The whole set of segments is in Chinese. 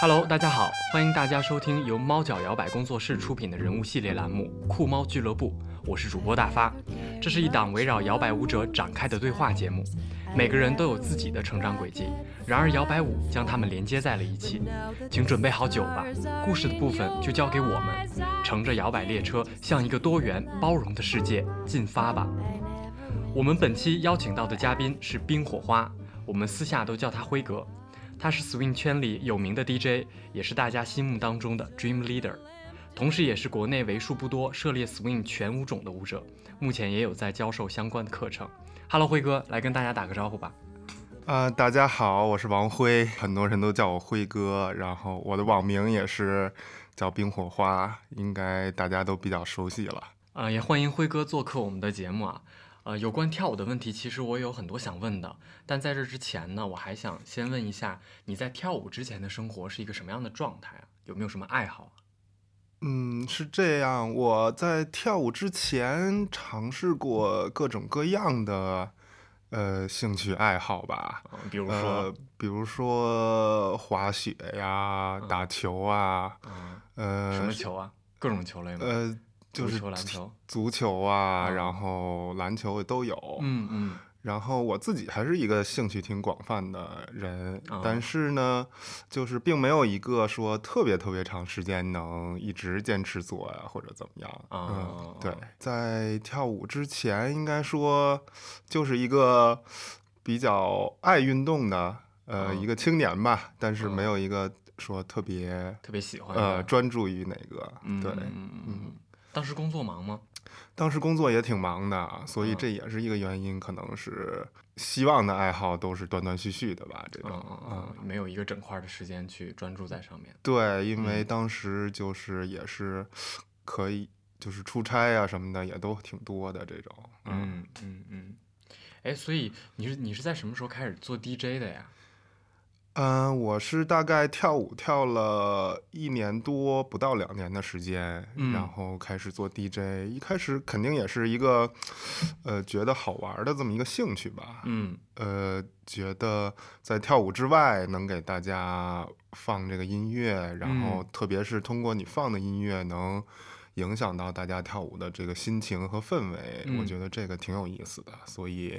Hello，大家好，欢迎大家收听由猫脚摇摆工作室出品的人物系列栏目《酷猫俱乐部》，我是主播大发。这是一档围绕摇摆舞者展开的对话节目，每个人都有自己的成长轨迹，然而摇摆舞将他们连接在了一起。请准备好酒吧，故事的部分就交给我们，乘着摇摆列车，向一个多元包容的世界进发吧。我们本期邀请到的嘉宾是冰火花，我们私下都叫他辉哥。他是 swing 圈里有名的 DJ，也是大家心目当中的 dream leader，同时也是国内为数不多涉猎 swing 全舞种的舞者，目前也有在教授相关的课程。Hello，辉哥，来跟大家打个招呼吧。啊、大家好，我是王辉，很多人都叫我辉哥，然后我的网名也是叫冰火花，应该大家都比较熟悉了。呃，也欢迎辉哥做客我们的节目啊。呃，有关跳舞的问题，其实我有很多想问的，但在这之前呢，我还想先问一下，你在跳舞之前的生活是一个什么样的状态啊？有没有什么爱好啊？嗯，是这样，我在跳舞之前尝试过各种各样的呃兴趣爱好吧，呃比如呃说，，比如说滑雪呀、打球啊，嗯、呃，什么球啊？各种球类吗？呃，就足是球、篮球。足球啊，嗯然后篮球也都有。嗯嗯然后我自己还是一个兴趣挺广泛的人，哦但是呢，就是并没有一个说特别特别长时间能一直坚持做呀，或者怎么样。哦嗯，对，在跳舞之前，应该说就是一个比较爱运动的呃、嗯一个青年吧，但是嗯没有一个说特别特别喜欢的呃，专注于哪个。嗯对，嗯嗯嗯，当时工作忙吗？当时工作也挺忙的啊，所以嗯这也是一个原因，可能是希望的爱好都是断断续续的吧，这种嗯嗯嗯嗯，没有一个整块儿的时间去专注在上面。对，因为嗯当时就是也是可以，就是出差啊什么的也都挺多的这种。嗯，嗯嗯嗯。哎，所以你是你是在什么时候开始做 DJ 的呀？嗯，我是大概跳舞跳了一年多，不到两年的时间，嗯然后开始做 DJ。一开始肯定也是一个，呃，觉得好玩儿的这么一个兴趣吧。嗯呃，觉得在跳舞之外能给大家放这个音乐，然嗯后特别是通过你放的音乐能影响到大家跳舞的这个心情和氛围，我嗯觉得这个挺有意思的。所以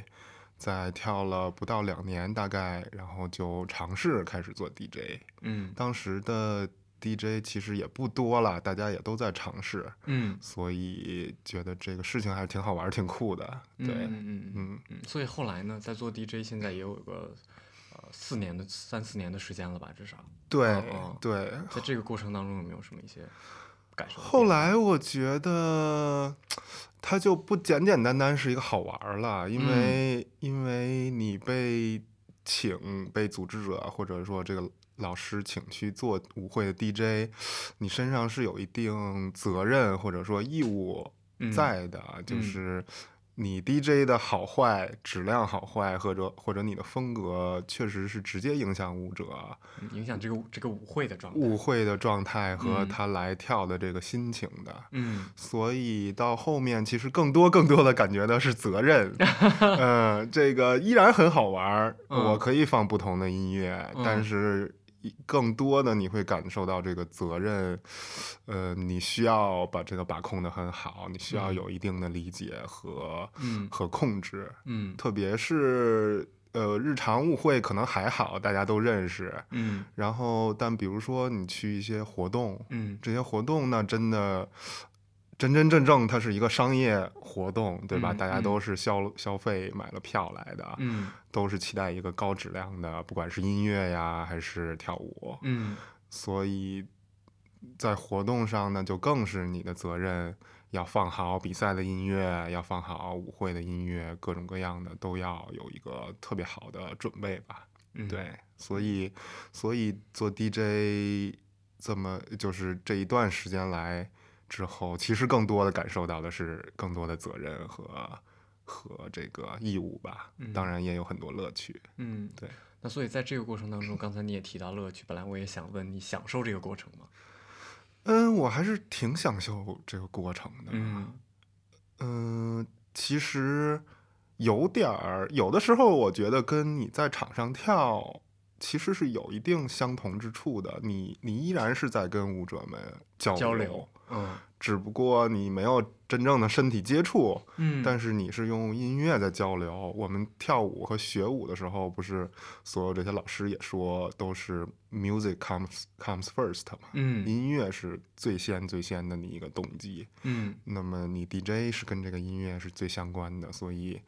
在跳了不到两年大概，然后就尝试开始做 DJ。嗯当时的 DJ 其实也不多了，大家也都在尝试，嗯，所以觉得这个事情还是挺好玩儿、挺酷的。 对，嗯嗯嗯嗯嗯。所以后来呢，在做 DJ，现在也有个呃四年的三四年的时间了吧，至少。对哦对，在这个过程当中，有没有什么一些感受？后，来我觉得，它就不简简单单是一个好玩儿了，因嗯为、因为你被请、被组织者或者说这个老师请去做舞会的 DJ，你身上是有一定责任或者说义务嗯在的，就嗯是。你 DJ 的好坏、质量好坏，或者或者你的风格，确实是直接影响舞者。嗯影响这个这个舞会的状态。误会的状态和嗯他来跳的这个心情的。嗯所以到后面，其实更多更多的感觉到是责 任，嗯，这个依然很好玩儿，嗯我可以放不同的音乐，嗯但是一更多的你会感受到这个责任，呃，你需要把这个把控的很好，你需要嗯有一定的理解和、嗯和控制，嗯特别是呃日常误会可能还好，大家都认识，嗯然后，但比如说你去一些活动，嗯这些活动那真的真真正正它是一个商业活动，对吧？嗯大家嗯都是消消费买了票来的，嗯都是期待一个高质量的，不管是音乐呀还是跳舞，嗯所以在活动上呢，就更是你的责任。要放好比赛的音乐，要放好舞会的音乐，各种各样的都要有一个特别好的准备吧。嗯，对，所以所以做 DJ 这么就是这一段时间来之后，其实更多的感受到的是更多的责任和和这个义务吧。当嗯然也有很多乐趣。嗯，对。那所以在这个过程当中，刚才你也提到乐趣，本来我也想问你享受这个过程吗？嗯，我还是挺享受这个过程的。嗯嗯，其实有点儿，有的时候我觉得跟你在场上跳其实是有一定相同之处的。你你依然是在跟舞者们交啊交流流，嗯只不过你没有真正的身体接触，嗯，但是你是用音乐在交流。我们跳舞和学舞的时候，不是所有这些老师也说都是 music comes comes first 嘛，嗯音乐是最先最先的你一个动机。嗯那么你 DJ 是跟这个音乐是最相关的，所以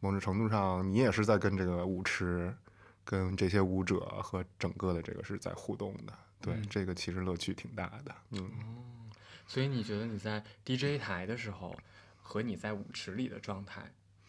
某种程度上你也是在跟这个舞池、跟这些舞者和整个的这个是在互动的。对，嗯这个其实乐趣挺大的。嗯，所以你觉得你在 DJ 台的时候和你在舞池里的状态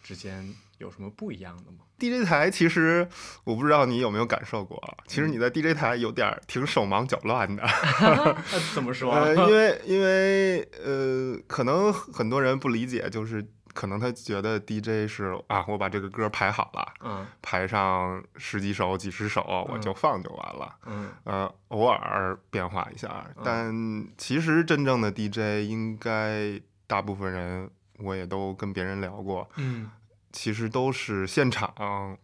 之间有什么不一样的吗？ DJ 台其实我不知道你有没有感受过啊，其实你在 DJ 台有点儿挺手忙脚乱的，那怎么说？呃，因为因为呃，可能很多人不理解，就是可能他觉得 DJ 是啊，我把这个歌排好了， 嗯排上十几首、几十首，我就嗯放就完了。嗯呃，偶尔变化一下，但其实真正的 DJ 应该大部分人，我也都跟别人聊过，嗯其实都是现场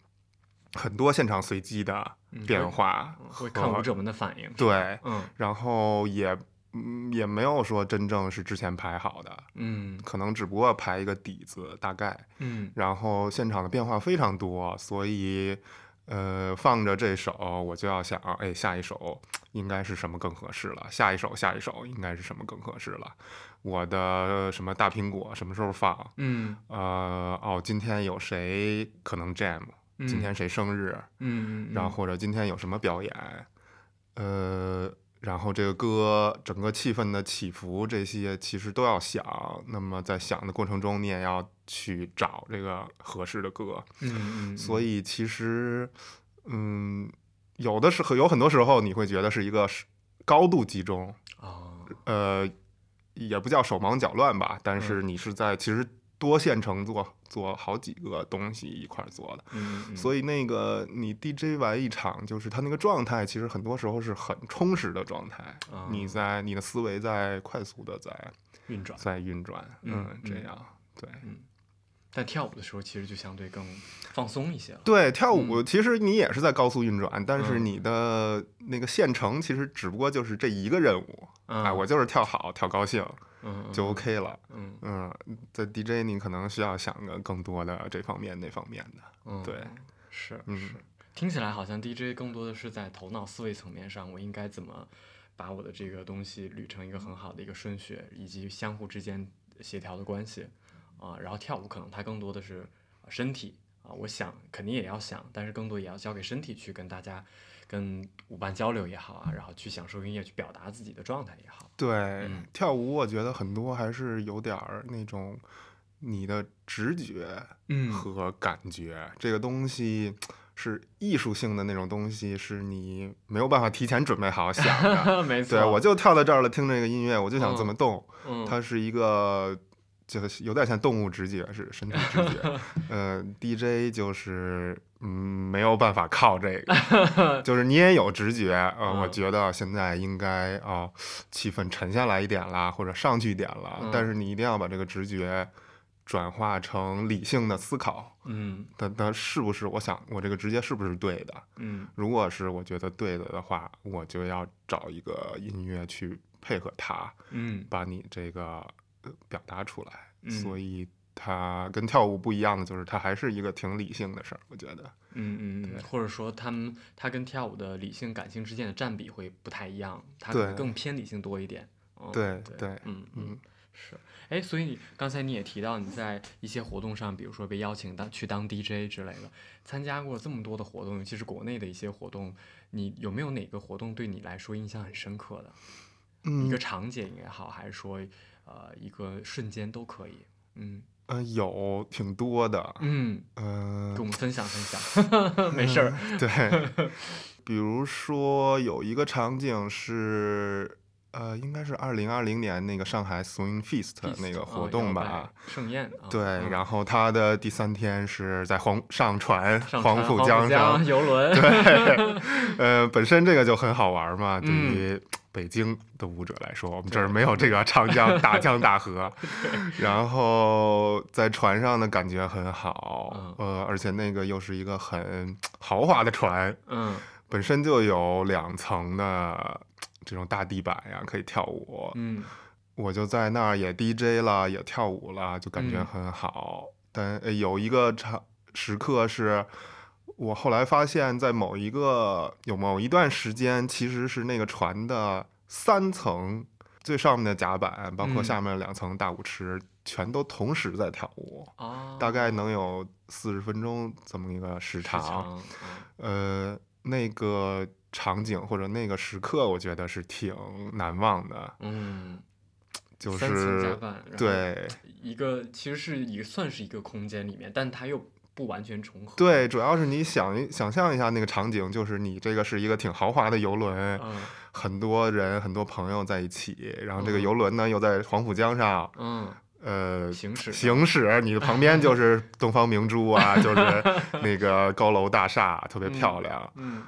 很多现场随机的嗯变会化嗯，和会看舞者们的反应。，对，嗯然后也嗯也没有说真正是之前排好的，嗯可能只不过排一个底子大概，嗯然后现场的变化非常多，所以呃放着这首我就要想，哎，下一首应该是什么更合适了？下一首，下一首应该是什么更合适了？我的呃什么大苹果什么时候放？嗯呃，哦，今天有谁可能 jam？嗯，今天谁生日？嗯嗯，嗯然后或者今天有什么表演，呃，然后这个歌整个气氛的起伏这些其实都要想。那么在想的过程中，你也要去找这个合适的歌。嗯嗯，所以以其实，嗯，有的时候有很多时候你会觉得是一个是高度集中，啊呃，也不叫手忙脚乱吧，嗯但是你是在其实多线程做做好几个东西一块儿做的。嗯，所以以那个你 DJ 完一场，就是他那个状态，其实很多时候是很充实的状态。啊你在你的思维在快速的在运转。在运转，嗯这嗯样对。但跳舞的时候其实就相对更放松一些了。对跳舞，其实你也是在高速运转，但是嗯你的那个线程其实只不过就是这一个任务，嗯哎，我就是跳好跳高兴嗯就 OK 了。嗯嗯，在 DJ 你可能需要想个更多的这方面那方面的。嗯，对嗯是嗯是，听起来好像 DJ 更多的是在头脑思维层面上，我应该怎么把我的这个东西捋成一个很好的一个顺序，以及相互之间协调的关系啊、然后跳舞可能它更多的是呃身体啊、我想肯定也要想，但是更多也要交给身体去跟大家、跟舞伴交流也好啊，然后去享受音乐，去表达自己的状态也好。 对，嗯跳舞我觉得很多还是有点儿那种你的直觉嗯和感觉、这个东西。是艺术性的那种东西，是你没有办法提前准备好想 的。没错，对，我就跳到这儿了，听这个音乐，我就想这么动。嗯它是一个，就是有点像动物直觉，是身体直觉。 呃，DJ 就是，嗯，没有办法靠这个， 就是你也有直觉，呃，我嗯觉得现在应该啊、气氛沉下来一点啦，或者上去一点啦，但嗯是你一定要把这个直觉转化成理性的思考。嗯它它是不是我想我这个直觉是不是对的？嗯如果是我觉得对的的话，我就要找一个音乐去配合它。嗯把你这个呃表达出来，嗯所以它跟跳舞不一样的就是它还是一个挺理性的事儿，我觉得。嗯嗯，嗯，或者说他们他跟跳舞的理性感性之间的占比会不太一样，他可能对更偏理性多一点。嗯、对对对嗯嗯嗯，是。哎，所以你刚才你也提到你在一些活动上，比如说被邀请当去当 DJ 之类的，参加过这么多的活动，尤其是国内的一些活动，你有没有哪个活动对你来说印象很深刻的？一个嗯，场景也好，还是说呃一个瞬间都可以。嗯呃，有挺多的，嗯，嗯、跟我们分享分 享，没事儿。 对，比如说有一个场景是。呃，应该是二零二零年那个上海 Swing Feast 那个活动吧，啊，盛宴啊，对，嗯然后它的第三天是在黄上船上黄船浦江上游轮，呃，本身这个就很好玩儿嘛，对嗯于北京的舞者来说，我们这儿对没有这个长 江大江大河，然后在船上的嗯感觉很好，呃，而且那个又是一个很豪华的船，嗯本身就有两层的这种大地板呀，可以跳舞。 嗯我就在那儿也 DJ 了，也跳舞了，就感觉嗯很好。但呃有一个场时刻是，我后来发现，在某一个有某一段时间，其实是那个船的三层最上面的甲板，包括嗯下面两层大舞池，全都同时在跳舞，哦，大概能有四十分钟这么一个时时长。长啊呃，那个场景或者那个时刻，我觉得是挺难忘的，嗯，就三层甲是。板，然后对，一个其实是一个算是一个空间里面，但它又不完全重合。对，，主要是你想一想象一下那个场景，就是你这个是一个挺豪华的游轮，嗯很多人、很多朋友在一起，然后这个嗯游轮呢又在黄浦江上，嗯，呃，行驶的行驶，你的旁边就是东方明珠啊，就是那个高楼大厦，特别嗯漂亮，嗯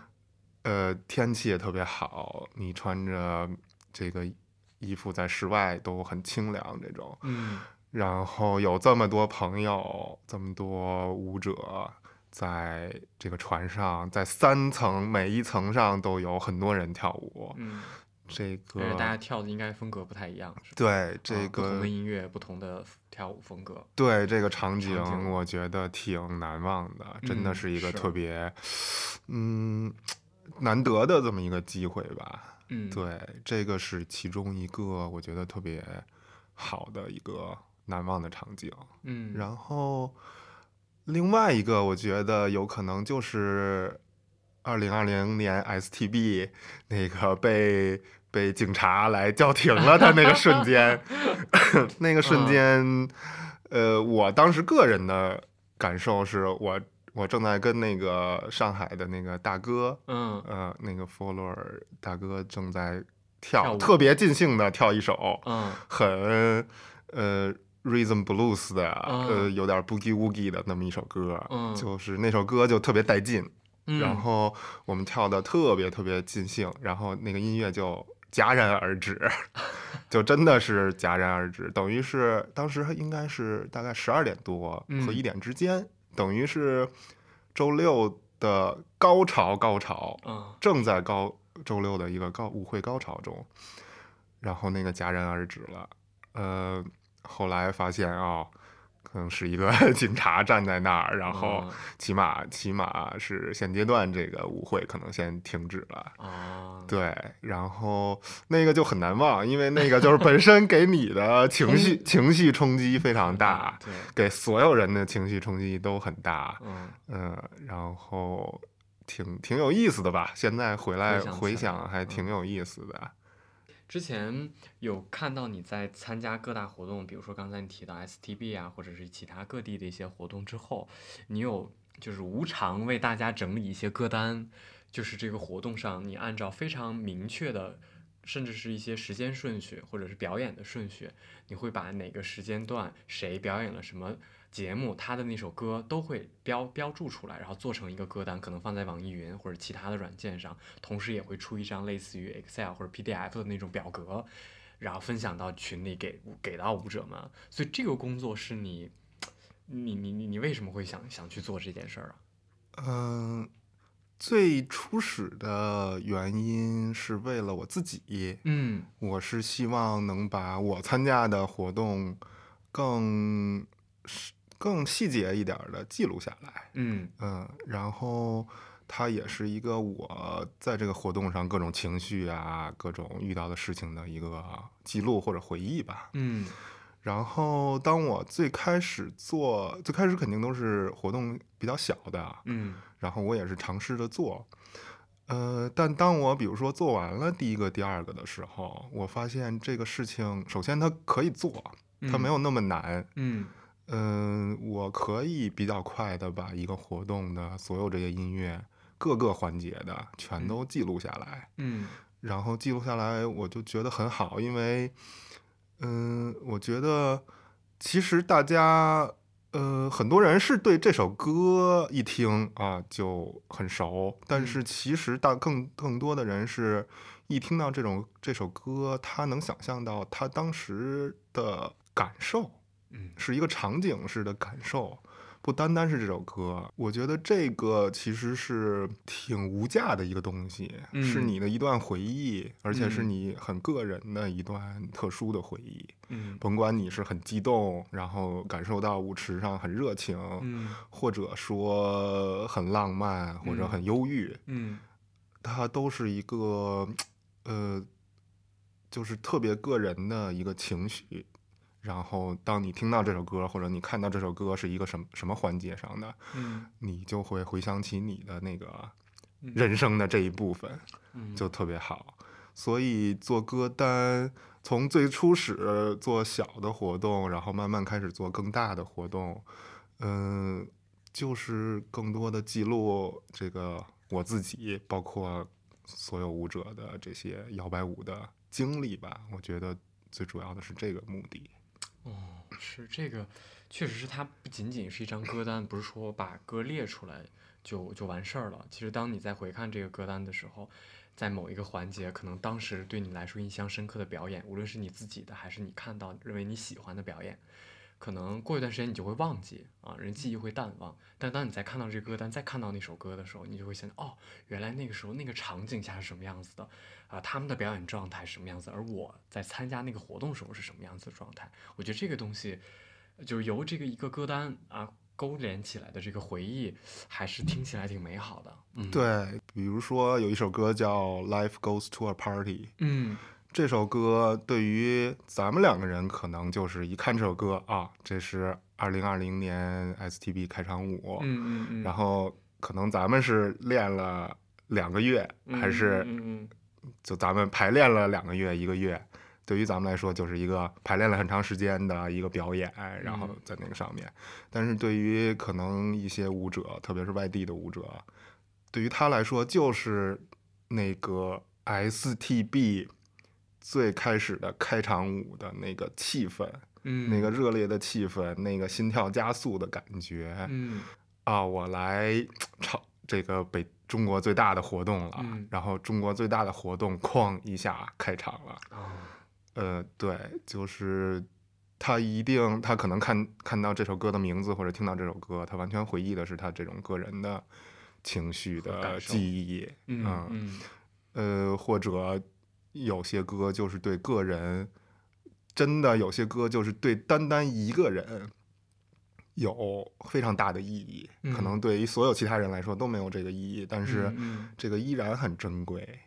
呃，天气也特别好，你穿着这个衣服在室外都很清凉这种，嗯然后有这么多朋友，这么多舞者，在这个船上，在三层每一层上都有很多人跳舞。 嗯，这个而且大家跳的应该风格不太一样，是吧？对啊啊这不同个、的音乐，不同的跳舞风格。对这个场景场景，我觉得挺难忘的，真的嗯是一个是特别嗯难得的这么一个机会吧。嗯，，对，这个是其中一个我觉得特别好的一个难忘的场景。嗯，然后另外一个，我觉得有可能就是二零二零年 STB 那个被被警察来叫停了的那个 瞬间，那个嗯瞬间，呃，我当时个人的感受是我我正在跟那个上海的那个大哥，嗯呃，那个佛罗尔大哥正在跳舞特别尽兴的跳一首，嗯很呃 rhythm blues 的，呃嗯有点 boogie woogie 的那么一首歌，嗯就是那首歌就特别带劲，嗯，然后我们跳的特别特别尽兴，然后那个音乐就戛然而止， 就真的是戛然而止，等于是当时应该是大概十二点多和嗯一点之间，等于是周六的高潮高潮，嗯正在高周六的一个高舞会高潮中，然后那个戛然而止了。呃，后来发现哦，可能是一个 警察站在那儿，然后嗯起码起码是现阶段这个舞会可能先停止了。啊，对，然后那个就很难忘，因为那个就是本身给你的情绪情绪冲击非常大，对，给所有人的情绪冲击都很大。嗯嗯，然后挺挺有意思的吧？现在回来回想起回来想还嗯挺有意思 的。啊之前有看到你在参加各大活动，比如说刚才你提到 STB 啊，或者是其他各地的一些活动之后，你有就是无偿为大家整理一些歌单，就是这个活动上你按照非常明确的，甚至是一些时间顺序或者是表演的顺序，你会把哪个时间段谁表演了什么。节目他的那首歌都会标标注出来，然后做成一个歌单，可能放在网易云或者其他的软件上，同时也会出一张类似于 Excel 或者 PDF 的那种表格，然后分享到群里给给到舞者们。所以这个工作是你，你你你你为什么会想想去做这件事儿啊？嗯、最初始的原因是为了我自己，嗯我是希望能把我参加的活动更是更细节一点的记录下来。嗯嗯，然后。它也是一个我在这个活动上各种情绪啊、各种遇到的事情的一个记录或者回忆吧。嗯然后，当我最开始做，最开始肯定都是活动比较小的，啊嗯然后我也是尝试着做。呃，但当我比如说做完了第一个、第二个的时候，我发现这个事情，首先它可以做，它没有那么难。嗯嗯、我可以比较快的把一个活动的所有这些音乐各个环节的全嗯都记录下来。嗯然后记录下来，我就觉得很好，因为，嗯、我觉得其实大家，呃，很多人是对这首歌一听啊就很熟，但嗯是其实大更更多的人是一听到这种这首歌，他能想象到他当时的感受，嗯是一个场景式的感受，不单单是这首歌，我觉得这个其实是挺无价的一个东西，嗯是你的一段回忆，而且是嗯你很个人的一段特殊的回忆。嗯甭管你是很激动，然后感受到舞池上很热情，嗯或者说很浪漫，或者嗯很忧郁，嗯它都是一个呃，就是特别个人的一个情绪。然后，当你听到这首歌，或者你看到这首歌是一个什么什么环节上的，嗯你就会回想起你的那个嗯人生的这一部分。嗯，就特别好。所以做歌单，从最初始做小的活动，然后慢慢开始做更大的活动，嗯，就是更多的记录这个我自己，包括所有舞者的这些摇摆舞的经历吧。我觉得最主要的是这个目的。哦，是这个，确实是它不仅仅是一张歌单，不是说把歌列出来就就完事儿了。其实当你在回看这个歌单的时候，在某一个环节，可能当时对你来说印象深刻的表演，无论是你自己的还是你看到认为你喜欢的表演，可能过一段时间你就会忘记啊，人记忆会淡忘。但当你再看到这个歌单，再看到那首歌的时候，你就会想哦，原来那个时候那个场景下是什么样子的，啊，他们的表演状态是什么样子，而我在参加那个活动时候是什么样子的状态。我觉得这个东西，就是由这个一个歌单啊勾连起来的这个回忆，还是听起来挺美好的。嗯，，对，比如说有一首歌叫《Life Goes to a Party》，嗯这首歌对于咱们两个人，可能就是一看这首歌啊，这是二零二零年 STB 开场舞，嗯嗯嗯，然后可能咱们是练了两个月，还是嗯嗯就咱们排练了两个月、一个月，对于咱们来说就是一个排练了很长时间的一个表演，然嗯后在那个上面。但是对于可能一些舞者，特别是外地的舞者，对于他来说就是那个 STB 最开始的开场舞的那个气氛，嗯那个热烈的气氛，那个心跳加速的感觉。嗯啊，我来唱这个北中国最大的活动了，嗯然后中国最大的活动哐一下开场了。啊呃，对，就是他一定，他可能看看到这首歌的名字或者听到这首歌，他完全回忆的是他这种个人的情绪和的感受记忆，嗯啊嗯呃，或者有些歌就是对个人，真的有些歌就是对单单一个人有非常大的意义，可嗯能对于所有其他人来说都没有这个意义，但是嗯嗯这个依然很珍贵。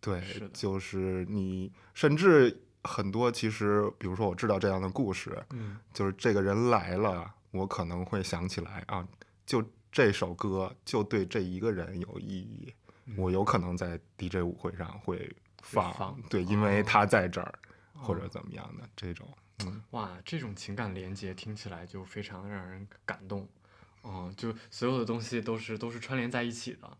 对对是的，就是你甚至很多其实，比如说我知道这样的故事，嗯就是这个人来了，我可能会想起来啊，就这首歌就对这一个人有意义，嗯我有可能在 DJ 舞会上会放，放对，因为他在这儿、或者哦怎么样的这种，嗯，哇，这种情感连接听起来就非常让人感动。嗯，就所有的东西都是都是串联在一起的。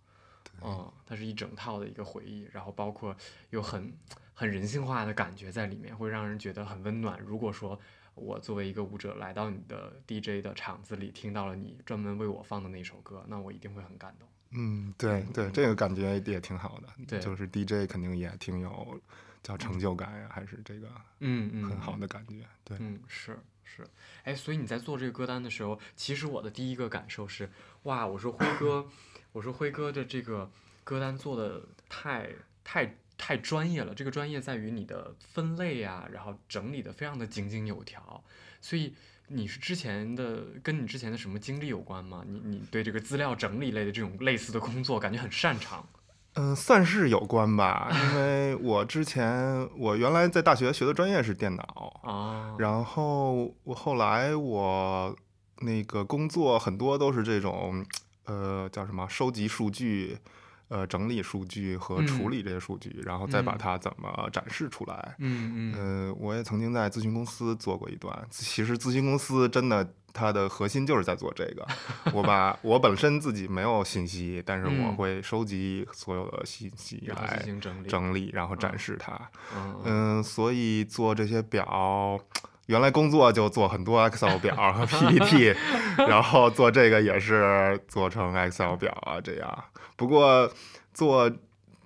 嗯，它是一整套的一个回忆，然后包括有很很人性化的感觉在里面，会让人觉得很温暖。如果说我作为一个舞者来到你的 DJ 的场子里，听到了你专门为我放的那首歌，那我一定会很感动。嗯，对对，这个感觉也挺好的，对就是 DJ 肯定也挺有叫成就感呀、还是这个嗯嗯，很好的感觉，对，嗯，是是，哎，所以你在做这个歌单的时候，其实我的第一个感受是，哇，我说辉哥， 我说辉哥的这个歌单做的太太太专业了，这个专业在于你的分类啊，然后整理的非常的井井有条，所以你是之前的跟你之前的什么经历有关吗？你你对这个资料整理类的这种类似的工作感觉很擅长，嗯、算是有关吧，因为我之前我原来在大学学的专业是电脑，哦，然后我后来我那个工作很多都是这种，呃，叫什么？收集数据，呃，整理数据和处嗯理这些数据，然后再把嗯它怎么展示出来。嗯嗯呃，我也曾经在咨询公司做过一段，其实咨询公司真的它的核心就是在做这个。我把我本身自己没有信息，但是我嗯会收集所有的信息然后进来行整理，整理，然后展嗯示它。嗯嗯嗯，所以做这些表，原来工作就做很多 Excel 表 和 PPT，然后做这个也是做成 Excel 表啊这样。不过做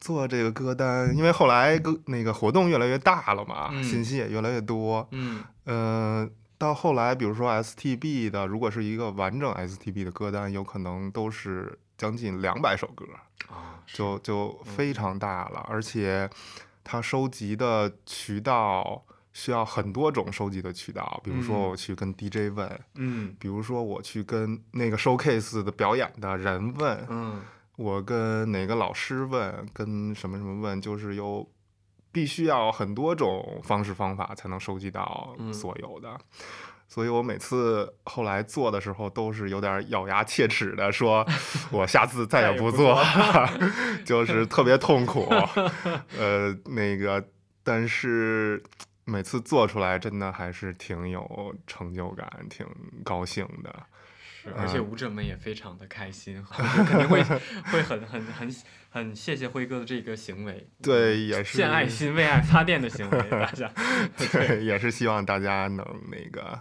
做这个歌单，因为后来歌那个活动越来越大了嘛，嗯信息也越来越多，嗯嗯、到后来，比如说 STB 的，如果是一个完整 STB 的歌单，有可能都是将近两百首歌，啊，是就就非常大了。而且，它收集的渠道需要很多种收集的渠道，比如说嗯我去跟 DJ 问，嗯比如说我去跟那个 showcase 的表演的人问，嗯我跟哪个老师问，跟什么什么问，就是有必须要很多种方式方法才能收集到嗯所有的。所以我每次后来做的时候，都是有点咬牙切齿的说，我下次再也不做， 就是特别痛苦。 呃，那个，但是每次做出来真的还是挺有成就感，挺高兴的。是，而嗯且舞者们也非常的开心， 肯定会会很很很很谢谢辉哥的这个行为，嗯对，也是献爱心为爱发电的行为，大家 对，也是希望大家能那个，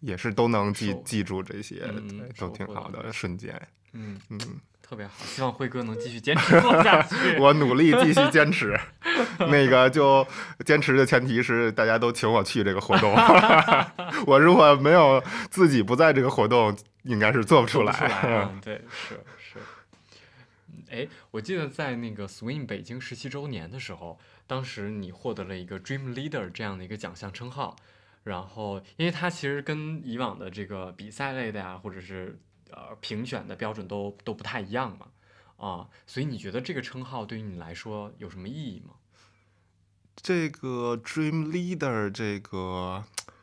也是都能记收记住这些，嗯对收都挺获好到的的瞬间。嗯嗯，特别好，希望辉哥能继续坚持做下去。我努力继续坚持。 那个就坚持的前提是大家都请我去这个活动。 我如果没有自己不在这个活动，应该是做不出说不来。出来啊对，是是。嗯哎，我记得在那个 Swing 北京十七周年的时候，当时你获得了一个 Dream Leader 这样的一个奖项称号，然后因为它其实跟以往的这个比赛类的呀、或者是呃评选的标准都都不太一样嘛，啊，所以你觉得这个称号对于你来说有什么意义吗？这个 Dream Leader 这个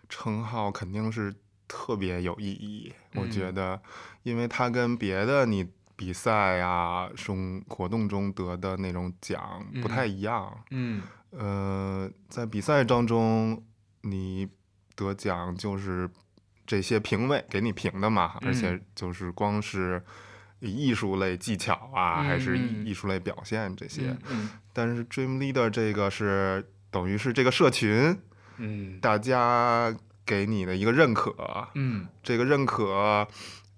称号肯定是特别有意义，我觉嗯得，因为它跟别的你比赛呀、啊、中活动中得的那种奖不太一样。嗯呃，在比赛当中，你得奖就是这些评委给你评的嘛，而且嗯就是光是艺术类技巧啊，还是嗯嗯艺术类表现这些。嗯嗯但是 Dream Leader 这个是等于是这个社群嗯大家给你的一个认可，嗯这个认可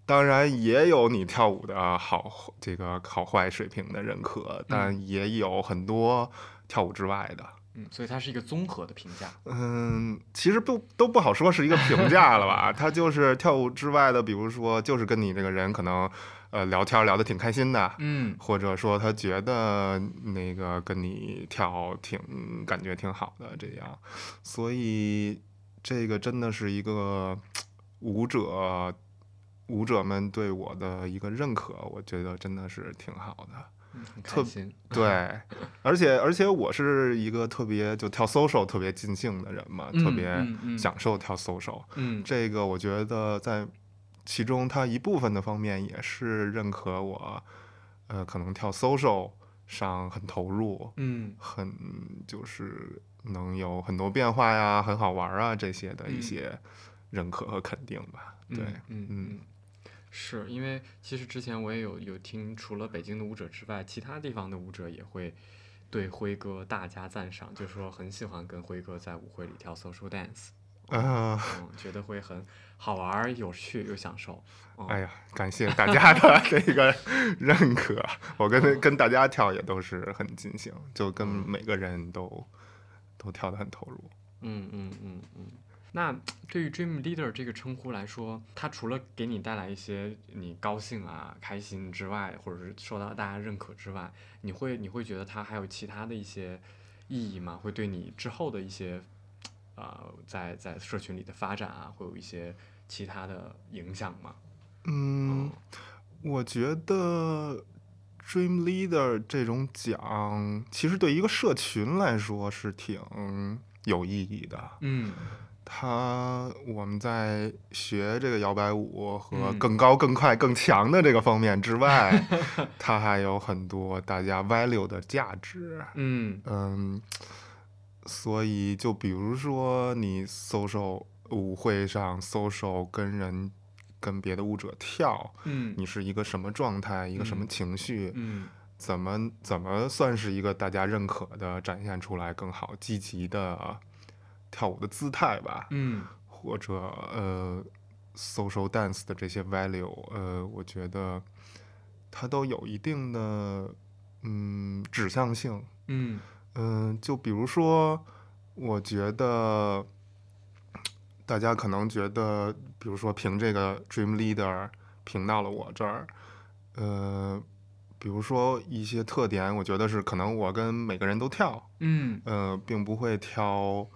当然也有你跳舞的好这个好坏水平的认可，但也有很多跳舞之外的。嗯，所以它是一个综合的评价。嗯，其实不都不好说是一个评价了吧，它就是跳舞之外的，比如说就是跟你这个人可能呃聊天聊得挺开心的，嗯或者说他觉得那个跟你跳挺感觉挺好的这样，所以这个真的是一个舞者舞者们对我的一个认可，我觉得真的是挺好的。嗯，很开特心。 对，而且而且我是一个特别就跳 social 特别尽兴的人嘛，特嗯别嗯嗯享受跳 social，嗯这个我觉得在其中它一部分的方面也是认可我，呃，可能跳 social 上很投入，嗯很就是能有很多变化呀，很好玩啊这些的一嗯些认可和肯定吧。对，嗯嗯，是因为其实之前我也有有听，除了北京的舞者之外，其他地方的舞者也会对辉哥大加赞赏，就说很喜欢跟辉哥在舞会里跳 social dance，呃，嗯，觉得会很好玩儿、有趣又享受。嗯、哎呀，感谢大家 的这个认可，我跟跟大家跳也都是很尽兴，就跟哦嗯每个人都都跳得很投入。嗯嗯嗯嗯。那对于 Dream Leader 这个称呼来说，它除了给你带来一些你高兴啊、开心之外，或者是受到大家认可之外，你会你会觉得它还有其他的一些意义吗？会对你之后的一些啊、呃在在社群里的发展啊，会有一些其他的影响吗？嗯，我觉得 Dream Leader 这种奖，其实对一个社群来说是挺有意义的。嗯它我们在学这个摇摆舞和嗯更高、更快、更强的这个方面之外， 它还有很多大家 value 的价值。嗯嗯，所以就比如说你 social 舞会上 social 跟人跟别的舞者跳，嗯你是一个什么状态，一个什么嗯情绪，嗯怎么怎么算是一个大家认可的展现出来更好积极的跳舞的姿态吧，嗯或者呃 social dance 的这些 value，呃，我觉得它都有一定的嗯指向性，嗯嗯，就比如说，我觉得大家可能觉得，比如说评这个 Dream Leader 评到了我这儿，呃，比如说一些特点，我觉得是可能我跟每个人都跳，嗯呃，并不会挑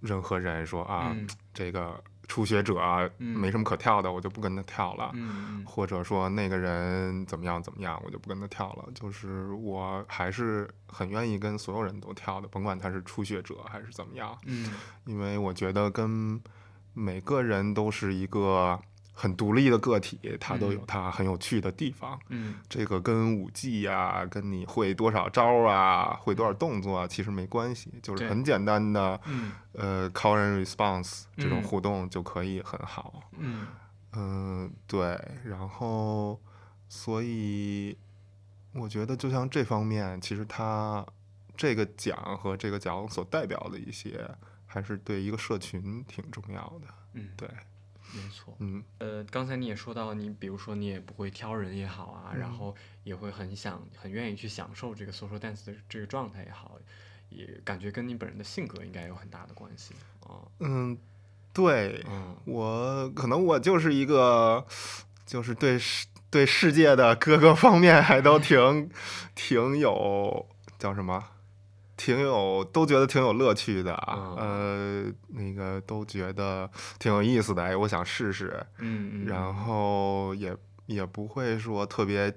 任何人说啊，嗯这个初学者啊嗯没什么可跳的，我就不跟他跳了。嗯或者说那个人怎么样怎么样，我就不跟他跳了。就是我还是很愿意跟所有人都跳的，甭管他是初学者还是怎么样，嗯因为我觉得跟每个人都是一个很独立的个体，他都有嗯他很有趣的地方。嗯这个跟舞技呀、跟你会多少招儿啊，会多少动作啊，其实没关系，就是对很简单的嗯呃 call and response 这种嗯互动就可以很好。嗯嗯，对，然后，所以我觉得，就像这方面，其实它这个奖和这个奖所代表的一些，还是对一个社群挺重要的。嗯，对，没错。嗯呃，刚才你也说到，你比如说你也不会挑人也好啊，然嗯后也会很想、很愿意去享受这个 social dance 的这个状态也好，也感觉跟你本人的性格应该有很大的关系啊。嗯，对，嗯我可能我就是一个，就是对世对世界的各个方面还都挺 挺有叫什么，挺有都觉得挺有乐趣的啊，呃，那个都觉得挺有意思的，哎，我想试试，嗯嗯，然后也也不会说特别。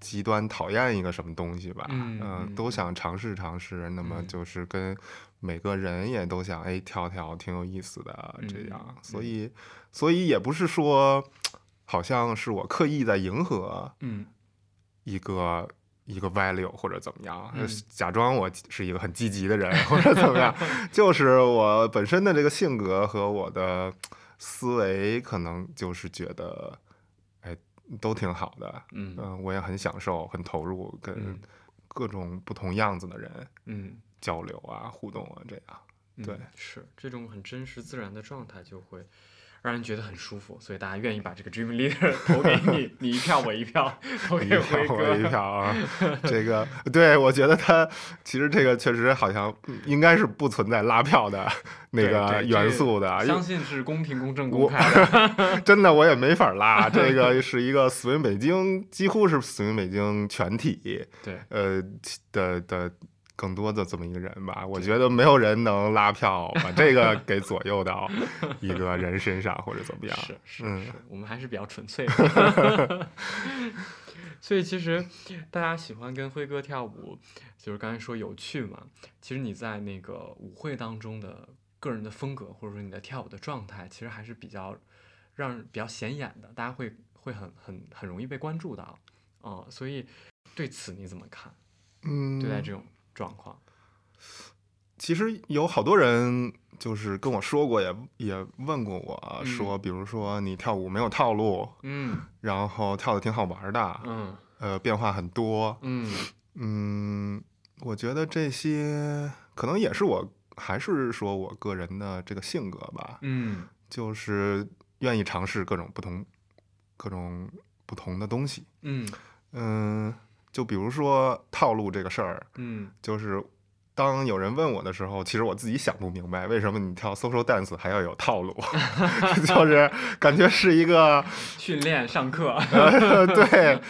极端讨厌一个什么东西吧，嗯呃嗯都想尝试尝试。那么嗯就是跟每个人也都想，哎，跳跳挺有意思的这嗯样。嗯所嗯以，所以也不是说，好像是我刻意在迎合嗯一个一个 value 或者怎么样，嗯假装我是一个很积极的人或者怎 么样，就是我本身的这个性格和我的思维，可能就是觉得，哎，都挺好的。嗯嗯，我也很享受，很投入，跟嗯各种不同样子的人嗯，交流啊、互动啊，这样。嗯对是这种很真实自然的状态就会。让人觉得很舒服，所以大家愿意把这个 Dream Leader 投给你，你一票我一票，投一给辉票哥。我一 票啊！这个对我觉得他其实这个确实好像嗯应该是不存在拉票的 那对个对这元个素的，啊因为相信是公平、公正、公我开的。 真的我也没法拉。 这个是一个 swim 北京，几乎是 swim 北京全体对，呃其的的更多的这么一个人吧。我对觉得没有人能拉票 把这个给左右到一个人身上或者怎么样。是是嗯是，我们还是比较纯粹 的。 所以其实大家喜欢跟辉哥跳舞，就是刚才说有趣嘛。其实你在那个舞会当中的个人的风格，或者说你的跳舞的状态，其实还是比较让人比较显眼的，大家会会很很很容易被关注到。哦、所以对此你怎么看？嗯，对待这种状况？其实有好多人就是跟我说过，也也问过我嗯说，比如说你跳舞没有套路，嗯然后跳的挺好玩的，嗯呃，变化很多。嗯嗯，我觉得这些可能也是我，还是说我个人的这个性格吧，嗯就是愿意尝试各种不同、各种不同的东西。嗯嗯，就比如说套路这个事儿，嗯就是当有人问我的时候，其实我自己想不明白，为什么你跳 social dance 还要有套路， 就是感觉是一个训练上课。呃， 对，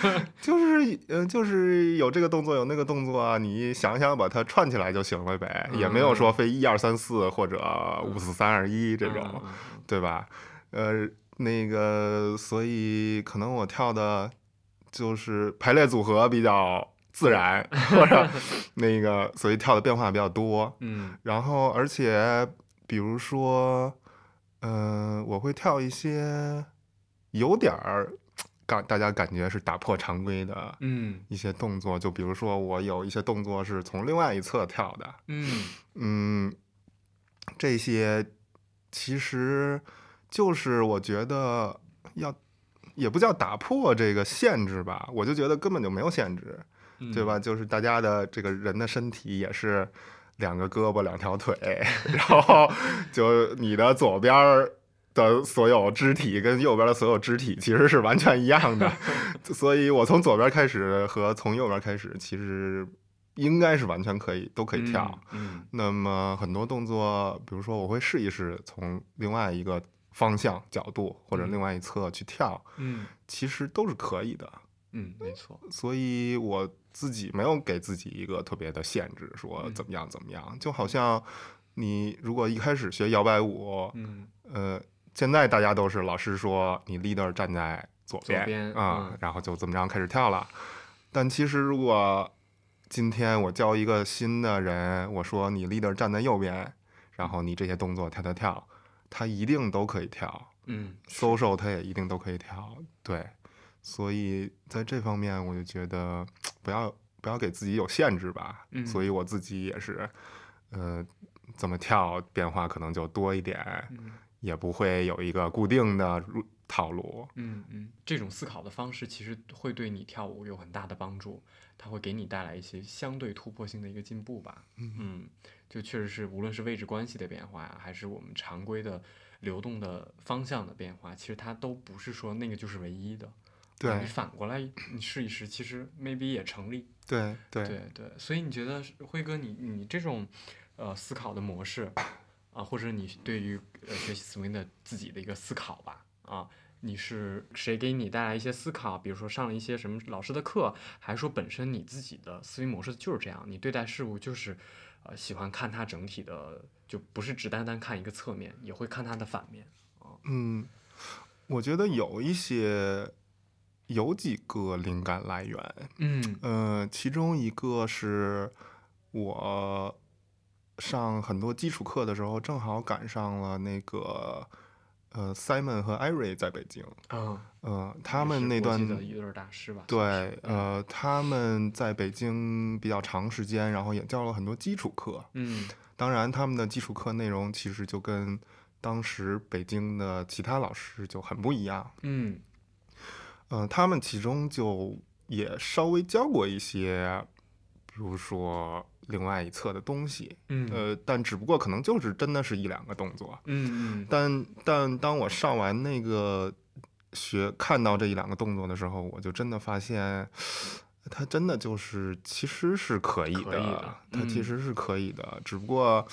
就是呃，就是有这个动作，有那个动作啊，你想想把它串起来就行了呗，也没有说非一二三四或者五四三二一这种，嗯对吧？呃，那个，所以可能我跳的就是排列组合比较自然，或者那个，所以跳的变化比较多。嗯然后而且比如说，嗯、我会跳一些有点儿感大家感觉是打破常规的嗯一些动作，就比如说我有一些动作是从另外一侧跳的，嗯嗯，这些其实就是我觉得要。也不叫打破这个限制吧，我就觉得根本就没有限制，嗯，对吧？？就是大家的这个人的身体也是两个胳膊两条腿，然 后就你的左边儿的所有肢体跟右边的所有肢体其实是 完全一样的，所以我从左边开始和从右边开始其实应该是完全可以都可以跳。嗯，那么很多动作，比如说我会试一试从另外一个方向、角度或者嗯另外一侧去跳，嗯其实都是可以的。嗯嗯，没错，所以我自己没有给自己一个特别的限制，说嗯怎么样怎么样。就好像你如果一开始学摇摆舞，嗯呃，现在大家都是老师说你 leader 站在左左边边啊、嗯然后就怎么着开始跳了。但其实如果今天我教一个新的人，我说你 leader 站在右边，然后你这些动作跳跳跳，他一定都可以跳。嗯 social 它也一定都可以调，对，所以在这方面我就觉得不要不要给自己有限制吧，嗯所以我自己也是，呃，怎么跳变化可能就多一点，嗯也不会有一个固定的入套路，嗯嗯，这种思考的方式其实会对你跳舞有很大的帮助，它会给你带来一些相对突破性的一个进步吧。嗯，就确实是，无论是位置关系的变化呀，还是我们常规的流动的方向的变化，其实它都不是说那个就是唯一的。对你反过来你试一试，其实 maybe 也成立。对对对对，所以你觉得是辉哥你，你这种呃思考的模式啊，或者你对于呃学习 swing 的自己的一个思考吧啊，你是谁给你带来一些思考？比如说上了一些什么老师的课，还是说本身你自己的思维模式就是这样？你对待事物就是呃喜欢看它整体的，就不是只单单看一个侧面，也会看它的反面。嗯，我觉得有一些有几个灵感来源，嗯呃，其中一个是我上很多基础课的时候，正好赶上了那个呃 Simon 和 Iry 在北京，啊，呃，也他是们那国段际的一对儿大师吧？算是对，呃，嗯他们在北京比较长时间，然后也教了很多基础课。嗯当然，他们的基础课内容其实就跟当时北京的其他老师就很不一样。嗯嗯，他们其中就也稍微教过一些，比如说另外一侧的东西，嗯呃，但只不过可能就是真的是一两个动作。嗯嗯但但当我上完那个学看到这一两个动作的时候，我就真的发现，它真的就是其实是可以的，可以的它其嗯实是可以的，只不过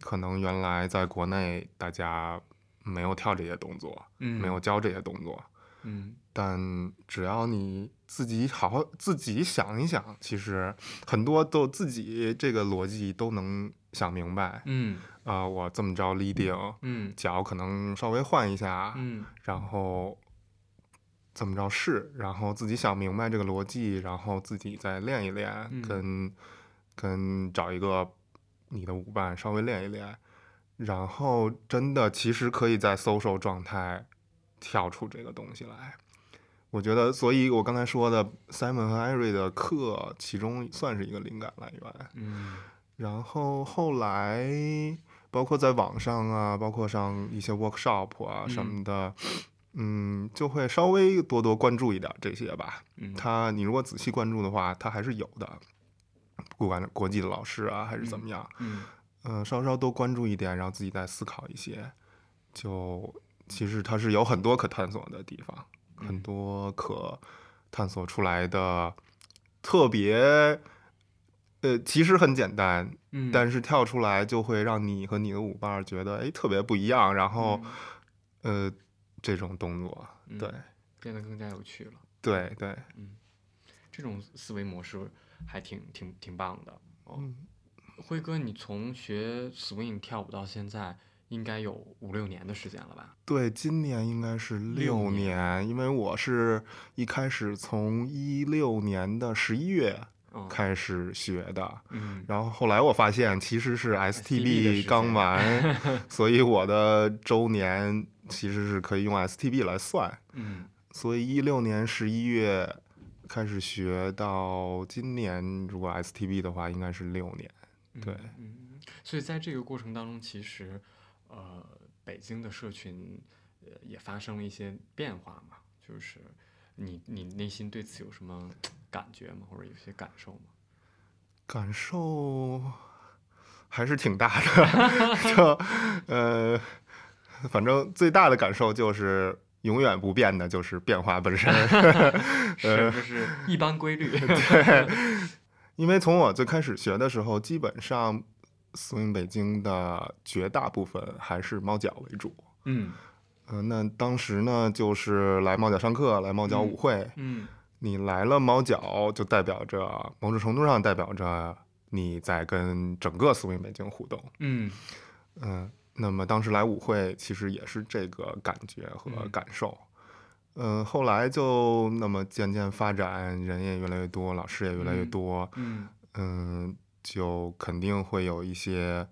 可能原来在国内大家没有跳这些动作，嗯，没有教这些动作。嗯但只要你自己好好自己想一想，其实很多都自己这个逻辑都能想明白。嗯。啊、我这么着 leading，嗯脚可能稍微换一下，嗯然后怎么着试，然后自己想明白这个逻辑，然后自己再练一练，嗯跟跟找一个你的舞伴稍微练一练，然后真的其实可以在 social 状态跳出这个东西来。我觉得，所以我刚才说的 Simon 和 Iry 的课，其中算是一个灵感来源。嗯然后后来包括在网上啊，包括上一些 workshop 啊什么的，嗯就会稍微多多关注一点这些吧。嗯，它你如果仔细关注的话，它还是有的，不管是国际的老师啊还是怎么样，嗯嗯、稍稍多关注一点，然后自己再思考一些，就其实它是有很多可探索的地方，很嗯多可探索出来的特别。呃，其实很简单，嗯，但是跳出来就会让你和你的舞伴儿觉得哎特别不一样，然后、呃这种动作，嗯对、变得更加有趣了。对对，这种思维模式还挺挺挺棒的。哦嗯辉哥，你从学 swing 跳舞到现在，应该有五六年的时间了吧？对，今年应该是六六年年，因为我是一开始从一六年的十一月嗯，开始学的。嗯然后后来我发现其实是的时 STB 间刚完， 所以我的周年其实是可以用 STB 来算。嗯所以一六年十一月开始学到今年，如果 STB 的话，应该是六年。嗯对嗯，所以在这个过程当中，其实呃，北京的社群呃也发生了一些变化嘛，就是你你内心对此有什么感觉吗？或者有些感受吗？感受还是挺大的，就呃，反正最大的感受就是永远不变的就是变化本身。 是就是一般规律。因为从我最开始学的时候，基本上 swing 北京的绝大部分还是猫脚为主。嗯嗯、那当时呢，就是来猫脚上课，来猫脚舞会。 嗯你来了猫脚，就代表着某种程度上代表着你在跟整个 swing 北京互动。嗯嗯，那么当时来舞会其实也是这个感觉和嗯感受。嗯，后来就那么渐渐发展，人也越来越多，老师也越来越嗯多，嗯嗯就肯定会有一些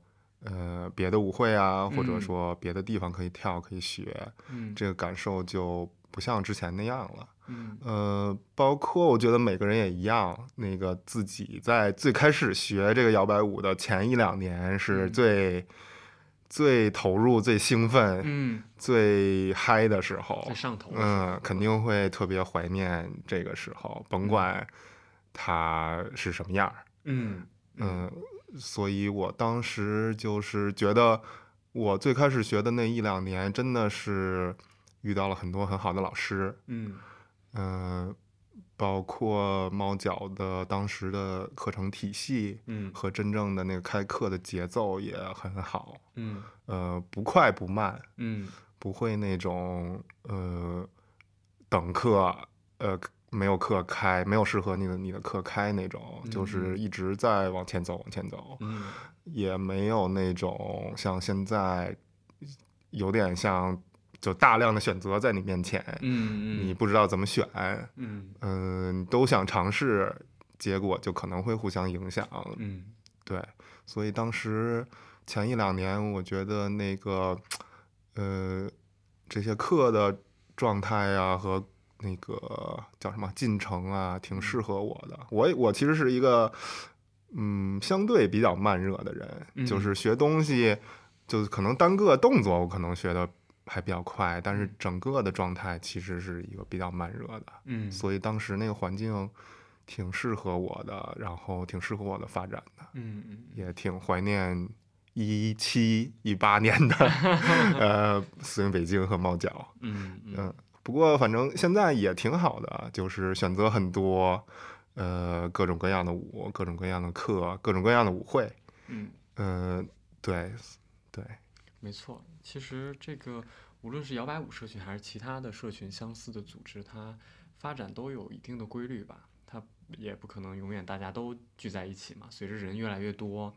呃别的舞会啊，或者嗯说别的地方可以跳可以学，嗯这个感受就不像之前那样了。嗯呃，包括我觉得每个人也一样，那个自己在最开始学这个摇摆舞的前一两年是嗯最、最投入、最兴奋、嗯，最嗨的时候在，上头了。嗯，肯定会特别怀念这个时候，甭管它是什么样儿，嗯嗯，所以我当时就是觉得，我最开始学的那一两年真的是遇到了很多很好的老师，嗯嗯，包括猫脚的当时的课程体系嗯和真正的那个开课的节奏也很好，嗯呃，不快不慢，嗯不会那种呃等课呃没有课开，没有适合你的你的课开那种，就是嗯一直在往前走往前走，嗯也没有那种像现在有点像就大量的选择在你面前，嗯你不知道怎么选。嗯嗯，都想尝试，结果就可能会互相影响。嗯对，所以当时前一两年，我觉得那个呃这些课的状态啊和那个叫什么进程啊，挺适合我的。我也我其实是一个嗯相对比较慢热的人，就嗯是学东西就是可能单个动作我可能学的还比较快，但是整个的状态其实是一个比较慢热的。嗯，所以当时那个环境挺适合我的，然后挺适合我的发展的，嗯嗯也挺怀念一七一八年的呃，四云北京和猫脚，嗯嗯嗯，不过反正现在也挺好的，就是选择很多，呃，各种各样的舞，各种各样的课，各种各样的舞会，嗯。嗯、对，对，没错，其实这个无论是摇摆舞社群还是其他的社群相似的组织，它发展都有一定的规律吧。它也不可能永远大家都聚在一起嘛。随着人越来越多，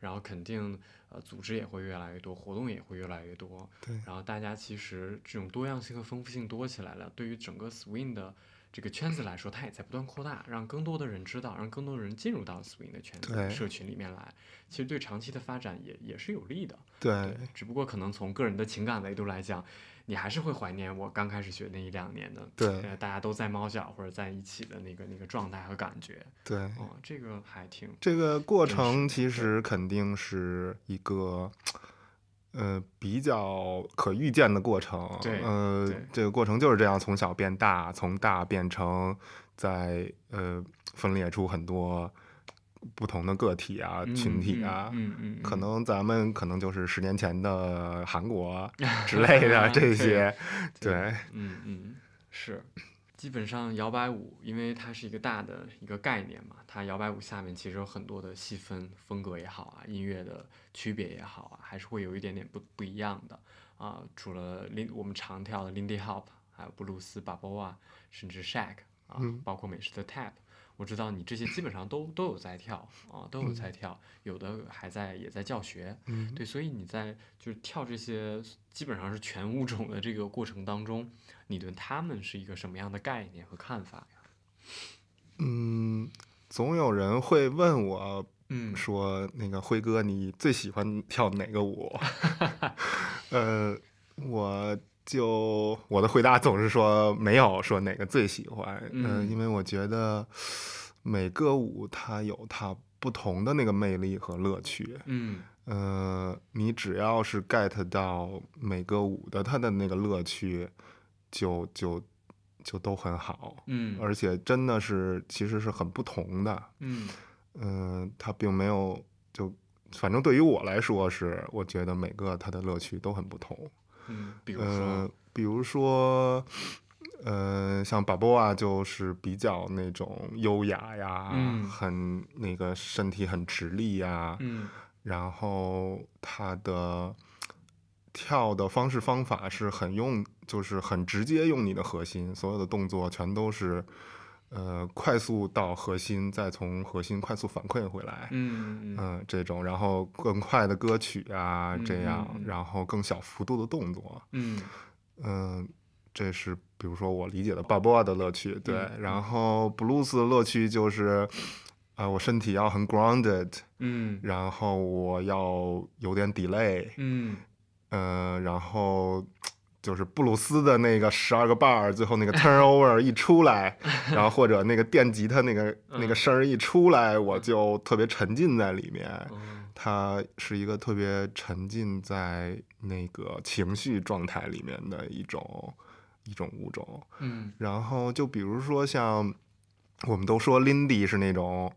然后肯定呃组织也会越来越多，活动也会越来越多。对然后大家其实这种多样性和丰富性多起来了，对于整个 swing 的这个圈子来说，它也在不断扩大，让更多的人知道，让更多的人进入到 swing 的圈对子社群里面来。其实对长期的发展也也是有利的。对对，，只不过可能从个人的情感维度来讲，你还是会怀念我刚开始学那一两年的，对呃，大家都在猫脚或者在一起的那个那个状态和感觉，对。哦，这个还挺，这个过真程是其对实肯定是一个，呃，比较可预见的过程。对呃对，这个过程就是这样，从小变大，从大变成在呃分裂出很多不同的个体啊、群体啊。嗯嗯，嗯可，能咱们可能就是十年前的 韩国之类的这对些，对对，嗯嗯，是。基本上摇摆舞，因为它是一个大的一个概念嘛，它摇摆舞下面其实有很多的细分风格也好啊，音乐的区别也好啊，还是会有一点点不不一样的啊、除了林我们常跳的 Lindy Hop，还有布鲁斯、巴波啊，甚至 Shag 啊，嗯包括美式的 Tap，我知道你这些基本上都都有在跳啊、都有在跳，有的还在也在教学，嗯对，所以你在就是跳这些基本上是全物种的这个过程当中，你对他们是一个什么样的概念和看法呀？嗯，总有人会问我嗯说那个辉哥，你最喜欢跳哪 个舞？呃，我就我的回答总是说没有说哪个最喜欢，呃嗯因为我觉得每个舞它有它不同的那个魅力和乐趣。嗯呃，你只要是 get 到每个舞的它的那个乐趣，就就就都很好，嗯，而且真的是其实是很不同的。嗯嗯，它并没有就，反正对于我来说是，我觉得每个它的乐趣都很不同。嗯，比如呃说，，比如说，呃，像巴波啊，就是比较那种优雅呀，嗯很那个身体很直立呀，嗯然后他的跳的方式方法是很用，就是很直接用你的核心，所有的动作全都是呃快速到核心，再从核心快速反馈回来。嗯嗯嗯，这种，然后更快的歌曲啊，这嗯样，嗯然后更小幅度的动作，嗯嗯，这是比如说我理解的巴波的乐趣，对。嗯然后布鲁斯的乐趣就是，啊、我身体要很 grounded，嗯然后我要有点 delay，嗯嗯、然后就是布鲁斯的那个十二个 bar，最后那个 turnover 一 出来，然后或者那个电吉他那个嗯那个声儿一出来，我就特别沉浸在里面。哦他是一个特别沉浸在那个情绪状态里面的一种一种物种。嗯然后就比如说像我们都说 Lindy 是那种。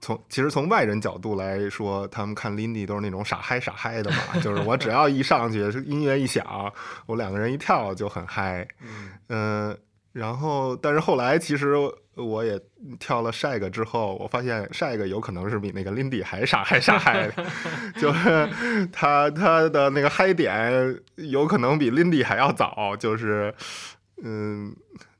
从其实从外人角度来说，他们看 Lindy 都是那种傻嗨傻嗨的嘛，就是我只要一上去，是音乐一响，我两个人一跳就很嗨。嗯嗯，然后但是后来其实我也跳了 Shag 之后，我发现 Shag 有可能是比那个 Lindy 还傻还傻嗨的，就是他他的那个嗨点有可能比 Lindy 还要早，就是嗯。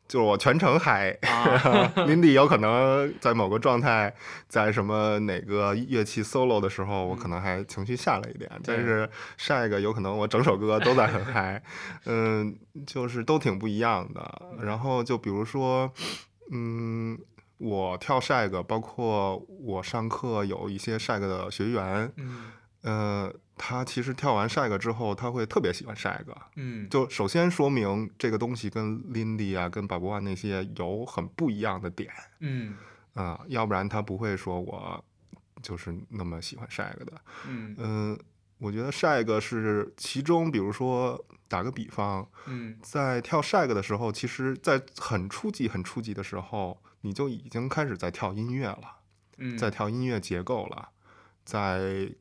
就是我全程嗨啊 ，Lindy 有可能在某个状态，在什么哪个乐器 solo 的时候，我可能还情绪下来一点，对但是 Shag 有可能我整首歌都在很嗨，嗯，就是都挺不一样的。然后就比如说，嗯，我跳 shag，包括我上课有一些 shag 的学员，嗯呃，他其实跳完 shag 之后，他会特别喜欢 shag。嗯 就首先说明这个东西跟 Lindy 啊、跟巴博万那些有很不一样的点嗯啊、要不然他不会说我就是那么喜欢 shag 的。嗯嗯，我觉得 shag 是其中，比如说打个比方，嗯在跳 shag 的时候，其实，在很初级、很初级的时候，你就已经开始在跳音乐了，嗯，在跳音乐结构了，在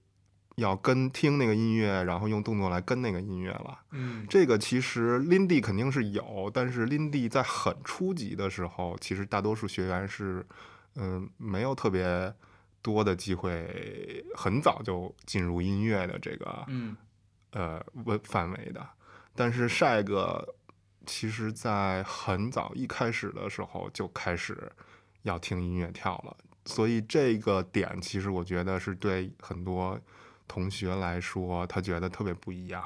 要跟听那个音乐，然后用动作来跟那个音乐了。嗯这个其实 Lindy 肯定是有，但是 Lindy 在很初级的时候，其实大多数学员是，嗯，没有特别多的机会，很早就进入音乐的这个嗯呃问范围的。但是 Shag 其实在很早一开始的时候就开始要听音乐跳了，所以这个点其实我觉得是对很多同学来说，他觉得特别不一样。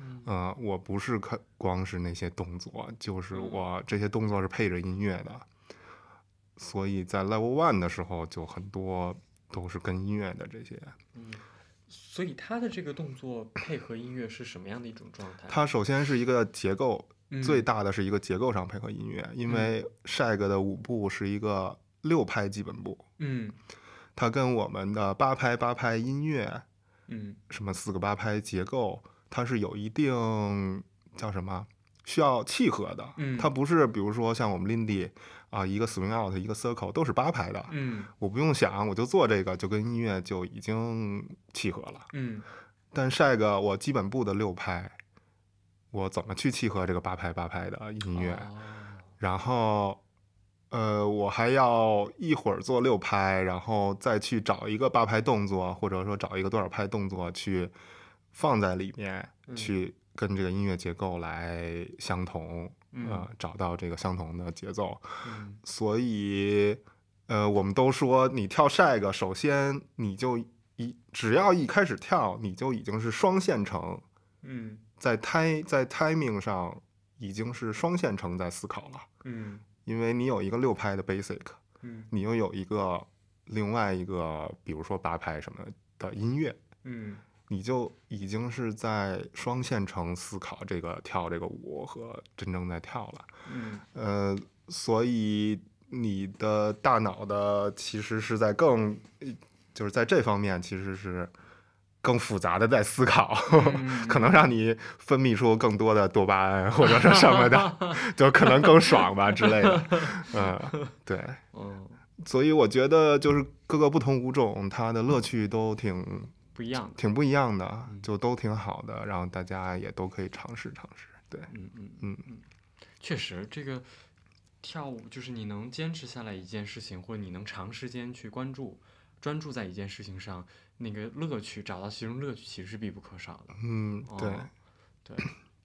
嗯呃，我不是看光是那些动作，就是嗯我这些动作是配着音乐的，所以在 Level One 的时候就很多都是跟音乐的这些。嗯，所以他的这个动作配合音乐是什么样的一种状态？它首先是一个结构，嗯最大的是一个结构上配合音乐，因为 shag 的舞步是一个六拍基本步，嗯它跟我们的八拍八拍音乐嗯什么四个八拍结构，它是有一定叫什么需要契合的。嗯它不是比如说像我们 Lindy 啊、一个 swing out 一个 circle 都是八拍的，嗯我不用想，我就做这个就跟音乐就已经契合了。嗯但 shag 我基本步的六拍，我怎么去契合这个八拍八拍的音乐？哦然后，呃，我还要一会儿做六拍，然后再去找一个八拍动作，或者说找一个多少拍动作去放在里面，嗯去跟这个音乐结构来相同，嗯呃，找到这个相同的节奏。嗯所以，呃，我们都说你跳 shag，首先你就一只要一开始跳，你就已经是双线程，嗯在 time 在 timing 上已经是双线程在思考了。嗯因为你有一个六拍的 basic，嗯你又有一个另外一个，比如说八拍什么的音乐，嗯你就已经是在双线程思考这个跳这个舞和真正在跳了。嗯呃，所以你的大脑的其实是在更，就是在这方面其实是更复杂的在思考，嗯 可能让你分泌出更多的多巴胺或者是什么的， 就可能更爽吧之类的。嗯，对，哦，所以我觉得就是各个不同舞种，它的乐趣都挺不一样的。挺不一样的，嗯就都挺好的，然后大家也都可以尝试尝试。对，嗯嗯嗯嗯，确实，这个跳舞就是你能坚持下来一件事情，或者你能长时间去关注、专注在一件事情上，那个乐趣，找到其中乐趣，其实是必不可少的。嗯，对，哦对，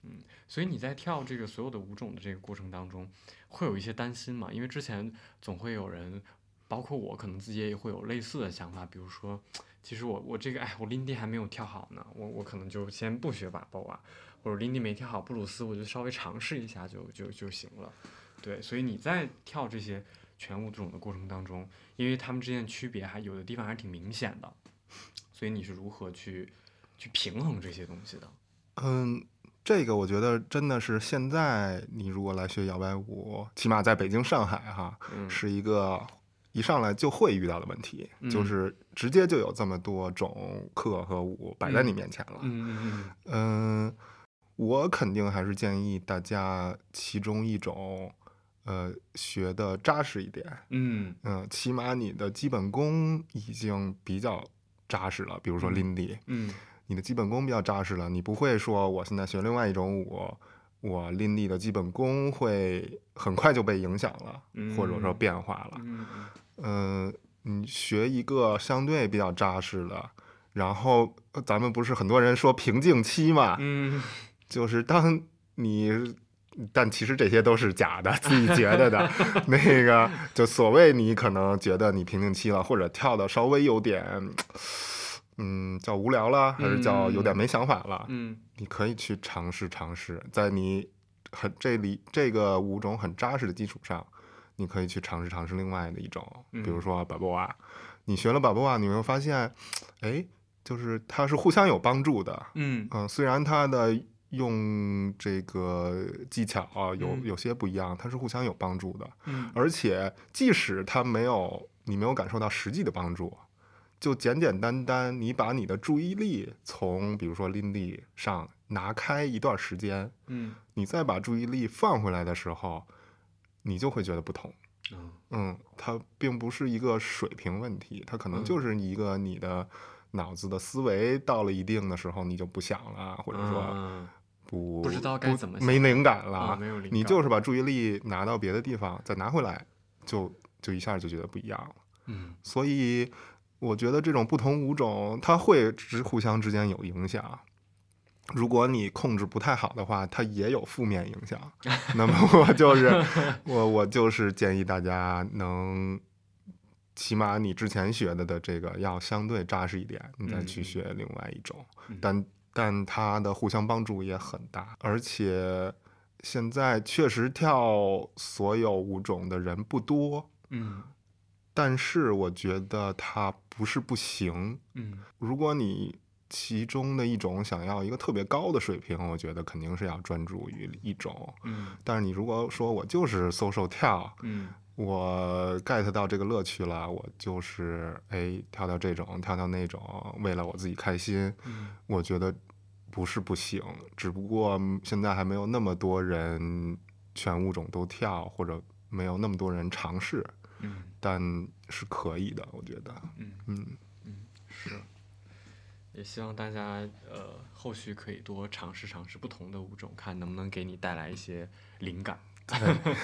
嗯，所以你在跳这个所有的舞种的这个过程当中，会有一些担心嘛？因为之前总会有人，包括我，可能自己也会有类似的想法，比如说，其实我我这个哎，我 Lindy 还没有跳好呢，我我可能就先不学把包啊，或者 Lindy 没跳好布鲁斯，我就稍微尝试一下就就就行了。对，所以你在跳这些全舞种的过程当中，因为他们之间的区别还有的地方还挺明显的，所以你是如何去去平衡这些东西的？嗯，这个我觉得真的是现在你如果来学摇摆舞，起码在北京、上海哈，嗯是一个一上来就会遇到的问题，就嗯是直接就有这么多种课和舞摆在你嗯面前了。嗯嗯嗯嗯，我肯定还是建议大家其中一种，呃，学的扎实一点。嗯嗯，起码你的基本功已经比较扎实了。比如说嗯 Lindy，、嗯你的基本功比较扎实了，你不会说我现在学另外一种舞，我 Lindy 的基本功会很快就被影响了，或者说嗯变化了。嗯嗯，你学一个相对比较扎实的，然后呃咱们不是很多人说瓶颈期嘛，嗯就是当你，但其实这些都是假的，自己觉 得的。那个就所谓你可能觉得你瓶颈期了，或者跳的稍微有点，嗯，叫无聊了，还是叫有点没想法了，嗯你可以去尝试尝试，在你很这里这个舞种很扎实的基础上，你可以去尝试尝试另外的一种，比如嗯说巴布瓦。你学了巴布瓦，你会发现，哎，就是它是互相有帮助的。嗯嗯，虽然它的用这个技巧啊有嗯有些不一样，它是互相有帮助的，嗯而且即使它没有你没有感受到实际的帮助，就简简单单你把你的注意力从比如说 Lindy 上拿开一段时间，嗯你再把注意力放回来的时候，你就会觉得不同。嗯嗯，它并不是一个水平问题，它可能嗯就是一个你的脑子的思维到了一定的时候，你就不想了，或者说不不知道该怎么没想灵感啊了，没有灵你感就是把注意力拿到别的地方，再拿回来，就就一下就觉得不一样了。嗯所以我觉得这种不同舞种，它会之互相之间有影响。如果你控制不太好的话，它也有负面影响。那么我就是我我就是建议大家能，起码你之前学的的这个要相对扎实一点，你再去嗯学另外一种。嗯但但它的互相帮助也很大，而且现在确实跳所有舞种的人不多。嗯但是我觉得它不是不行。嗯如果你其中的一种想要一个特别高的水平，我觉得肯定是要专注于一种。嗯但是你如果说我就是 social 跳，嗯我 get 到这个乐趣了，我就是哎跳跳这种，跳跳那种，为了我自己开心，嗯我觉得不是不行，只不过嗯现在还没有那么多人全物种都跳，或者没有那么多人尝试。嗯但是可以的，我觉得，嗯嗯，嗯是，也希望大家呃后续可以多尝试尝试不同的舞种，看能不能给你带来一些灵感。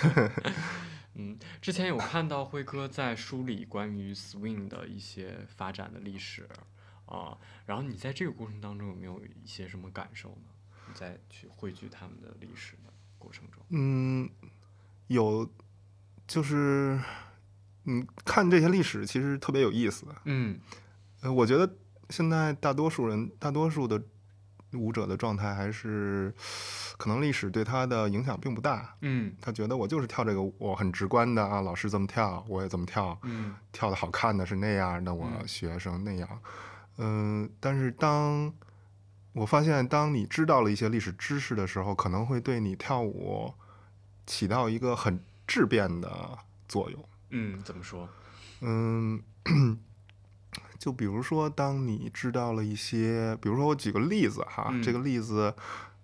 嗯，之前有看到辉哥在梳理关于 swing 的一些发展的历史啊，然后你在这个过程当中有没有一些什么感受呢？你在去汇聚他们的历史的过程中，嗯，有，就是，嗯，看这些历史其实特别有意思。嗯呃，我觉得现在大多数人，大多数的舞者的状态还是，可能历史对他的影响并不大。嗯他觉得我就是跳这个舞，我很直观的啊，老师这么跳，我也这么跳，嗯跳的好看的是那样，那我嗯学生那样。嗯、但是当我发现，当你知道了一些历史知识的时候，可能会对你跳舞起到一个很质变的作用。嗯，怎么说？嗯， 就比如说，当你知道了一些，比如说我举个例子哈，嗯这个例子，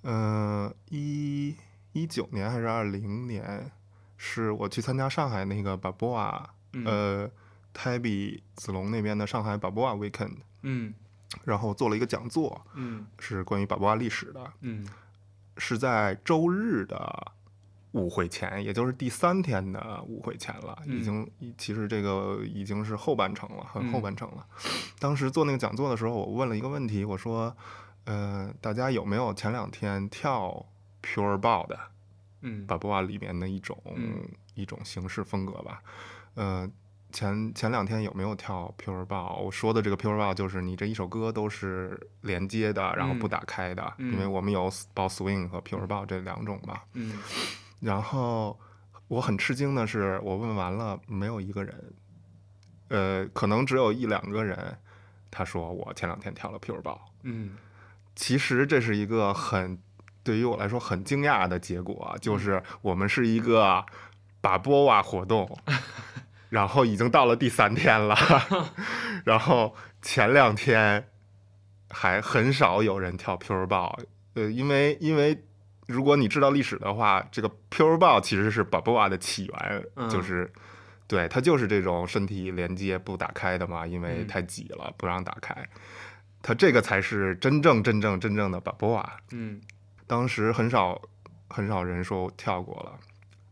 呃，一一九年还是二零年，是我去参加上海那个巴博瓦，嗯呃，泰比呃子龙那边的上海巴博瓦 Weekend，嗯然后做了一个讲座，嗯是关于巴博瓦历史的，嗯是在周日的舞会前，也就是第三天的舞会前了，已嗯经其实这个已经是后半程了，很后嗯半程了。当时做那个讲座的时候，我问了一个问题，我说，呃，大家有没有前两天跳 Pure Ball 的？嗯巴布瓦里面的一种、嗯一种形式风格吧。呃，前前两天有没有跳 Pure Ball？我说的这个 Pure Ball 就是你这一首歌都是连接的，然后嗯不打开的，嗯因为我们有 Ball Swing 和 Pure Ball 这两种吧。嗯然后我很吃惊的是，我问完了，没有一个人，呃，可能只有一两个人，他说我前两天跳了 Pure Ball。嗯其实这是一个很对于我来说很惊讶的结果，啊就是我们是一个把波瓦活动，然后已经到了第三天了，然后前两天还很少有人跳 Pure Ball，呃，因为因为。如果你知道历史的话，这个 Pure Ball 其实是 b a b o a 的起源，嗯就是对它就是这种身体连接不打开的嘛，因为嗯太挤了、不让打开。它这个才是真正真正真正的巴波瓦。嗯当时很少很少人说跳过了。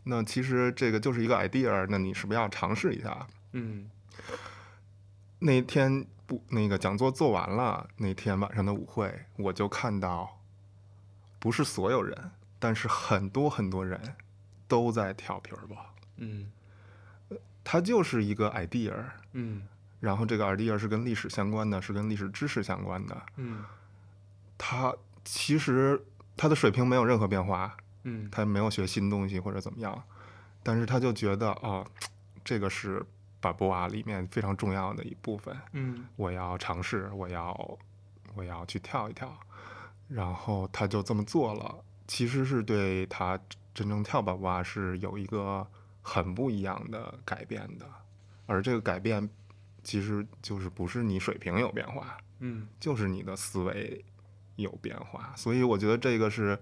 那其实这个就是一个 idea，那你是不是要尝试一下？嗯那天不那个讲座做完了，那天晚上的舞会，我就看到，不是所有人，但是很多很多人都在跳皮儿包，嗯它就是一个 idea，嗯然后这个 idea 是跟历史相关的，是跟历史知识相关的，嗯他其实他的水平没有任何变化，嗯他没有学新东西或者怎么样，但是他就觉得哦，这个是巴布瓦里面非常重要的一部分，嗯我要尝试，我要我要去跳一跳，然后他就这么做了，其实是对他真正跳巴布瓦是有一个很不一样的改变的，而这个改变其实就是不是你水平有变化，嗯就是你的思维有变化。所以我觉得这个是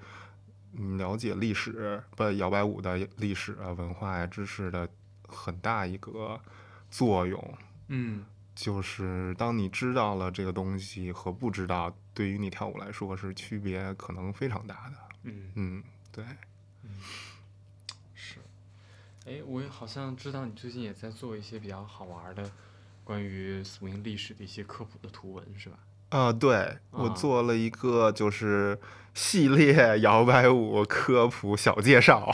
嗯了解历史不摇摆舞的历史啊、文化呀、知识的很大一个作用。嗯就是当你知道了这个东西和不知道，对于你跳舞来说是区别可能非常大的。嗯。嗯，对，是，哎，我也好像知道你最近也在做一些比较好玩儿的关于 swing 历史的一些科普的图文，是吧？啊，对我啊做了一个就是系列摇摆舞科普小 介绍，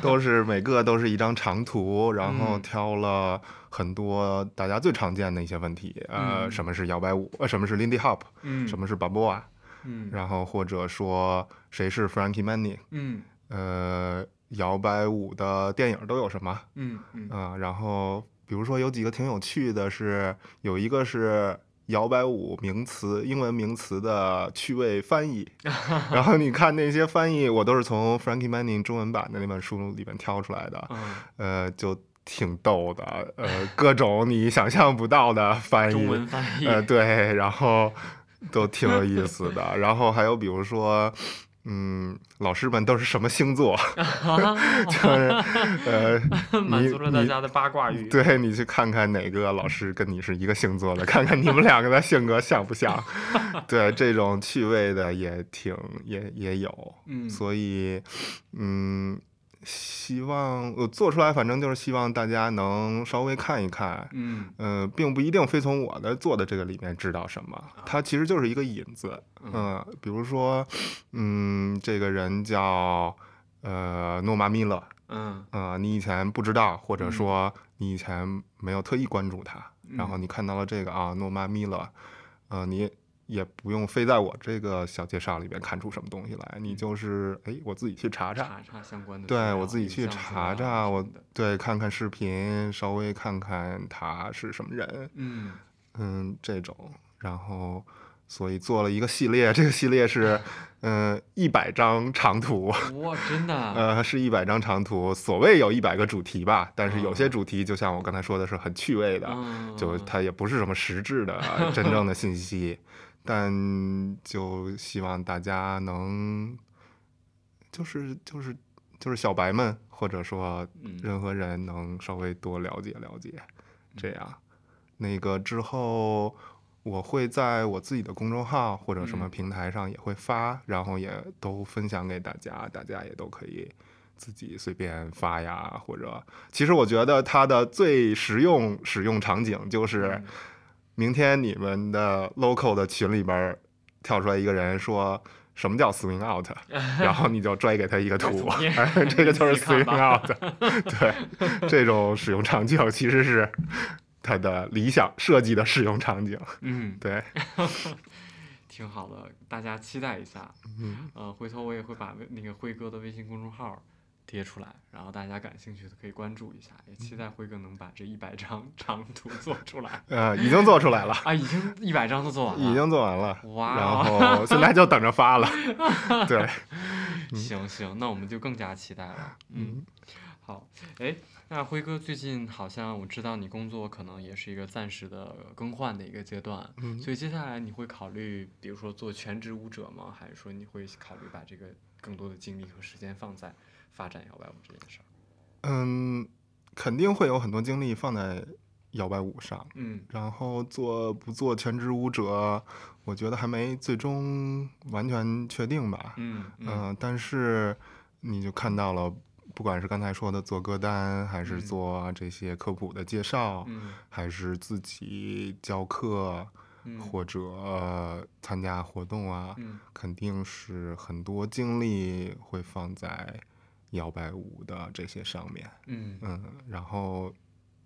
都是每个都是一张长图，然后嗯挑了很多大家最常见的一些问题，呃，嗯什么是摇摆舞，呃，什么是 Lindy Hop，嗯什？么是 b a b o a 嗯然后或者说谁是 Frankie Manning，嗯呃，摇摆舞的电影都有什么？嗯嗯啊、然后比如说有几个挺有趣的是，有一个是摇摆舞名词英文名词的趣味 翻译，然后你看那些翻译，我都是从 Frankie Manning 中文版的那本书里面挑出来的，嗯，呃，就挺逗的，呃，各种你想象不到的翻译，中文翻译，，呃，对，然后都挺有意思的。然后还有比如说，嗯，老师们都是什么星座？ 就是呃你满足了大你家的八卦欲。对你去看看哪个老师跟你是一个星座的，看看你们两个的性格像 不像。对，这种趣味的也挺也也有，嗯所以嗯，希望我做出来，反正就是希望大家能稍微看一看，嗯呃，并不一定非从我的做的这个里面知道什么，它其实就是一个引子。啊嗯嗯、比如说，嗯，这个人叫呃诺曼密勒，嗯呃，你以前不知道，或者嗯说你以前没有特意关注他，然后你看到了这个啊诺曼密勒，呃，你也不用非在我这个小介绍里边看出什么东西来，你就是哎，我自己去查查。嗯查查相关的资料，对我自己影去像资查料查，什我么的对看看视频，稍微看看他是什么人，嗯嗯，这种，然后所以做了一个系列，这个系列是嗯一百张长图，哇，真的啊，呃，是一百张长图，所谓有一百个主题吧，但是有些哦主题就像我刚才说的是很趣味的，嗯，就它也不是什么实质的真正的信息，但就希望大家能，就是就是就是小白们，或者说嗯嗯任何人能稍微多了解了解，这样，那个之后我会在我自己的公众号或者什么嗯平台上也会发，然后也都分享给大家，大家也都可以自己随便发呀，或者其实我觉得它的最实用使用场景嗯就是，明天你们的 local 的群里边儿跳出来一个人说。什么叫 swing out？然后你就拽给他一个图图片， 哎这个就是你自己 swing 看吧 out。对，这种使用场景其实是它的理想设计的使用场景。嗯，对，挺好的，大家期待一下。嗯，。呃，回头我也会把微那个辉哥的微信公众号贴出来，然后大家感兴趣的可以关注一下，也期待辉哥能把这一百张 长图做出来呃，已经做出来了。啊，已经一百张都做完了，已经做完了，哇哦然后现在就等着 发了。对，行行，那我们就更加期待了。嗯，好，哎，那辉哥最近好像我知道你工作可能也是一个暂时的更换的一个阶段，嗯所以接下来你会考虑，比如说做全职舞者吗？还是说你会考虑把这个更多的精力和时间放在发展摇摆舞这件事儿？嗯，肯定会有很多精力放在摇摆舞上。嗯然后做不做全职舞者，我觉得还没最终完全确定吧。嗯嗯、嗯但是你就看到了，不管是刚才说的做歌单，还嗯是做这些科普的介绍，嗯还是自己教课，嗯，或者、呃参加活动啊，嗯肯定是很多精力会放在摇摆舞的这些上面，嗯嗯，然后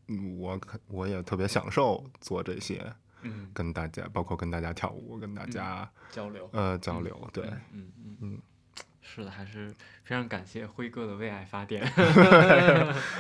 嗯我可我也特别享受做这些，嗯跟大家包括跟大家跳舞，跟大家、交流，呃交流，对，嗯嗯嗯，是的，还是非常感谢辉哥的为爱发电。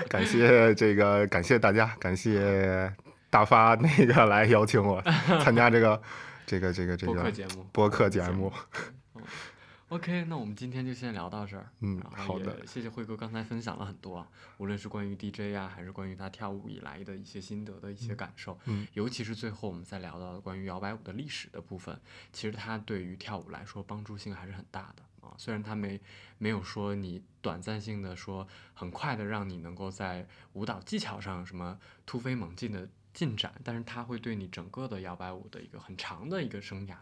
感谢这个感谢大家，感谢大发那个来邀 请我参加这个这个这个这播客个节目。播客节目， OK，那我们今天就先聊到这儿。嗯然后好的也谢谢辉哥刚才分享了很多啊，无论是关于 DJ 啊，还是关于他跳舞以来的一些心得的一些感受，嗯尤其是最后我们在聊到关于摇摆舞的历史的部分，其实它对于跳舞来说帮助性还是很大的啊。虽然它没没有说你短暂性的说很快的让你能够在舞蹈技巧上有什么突飞猛进的进展，但是它会对你整个的摇摆舞的一个很长的一个生涯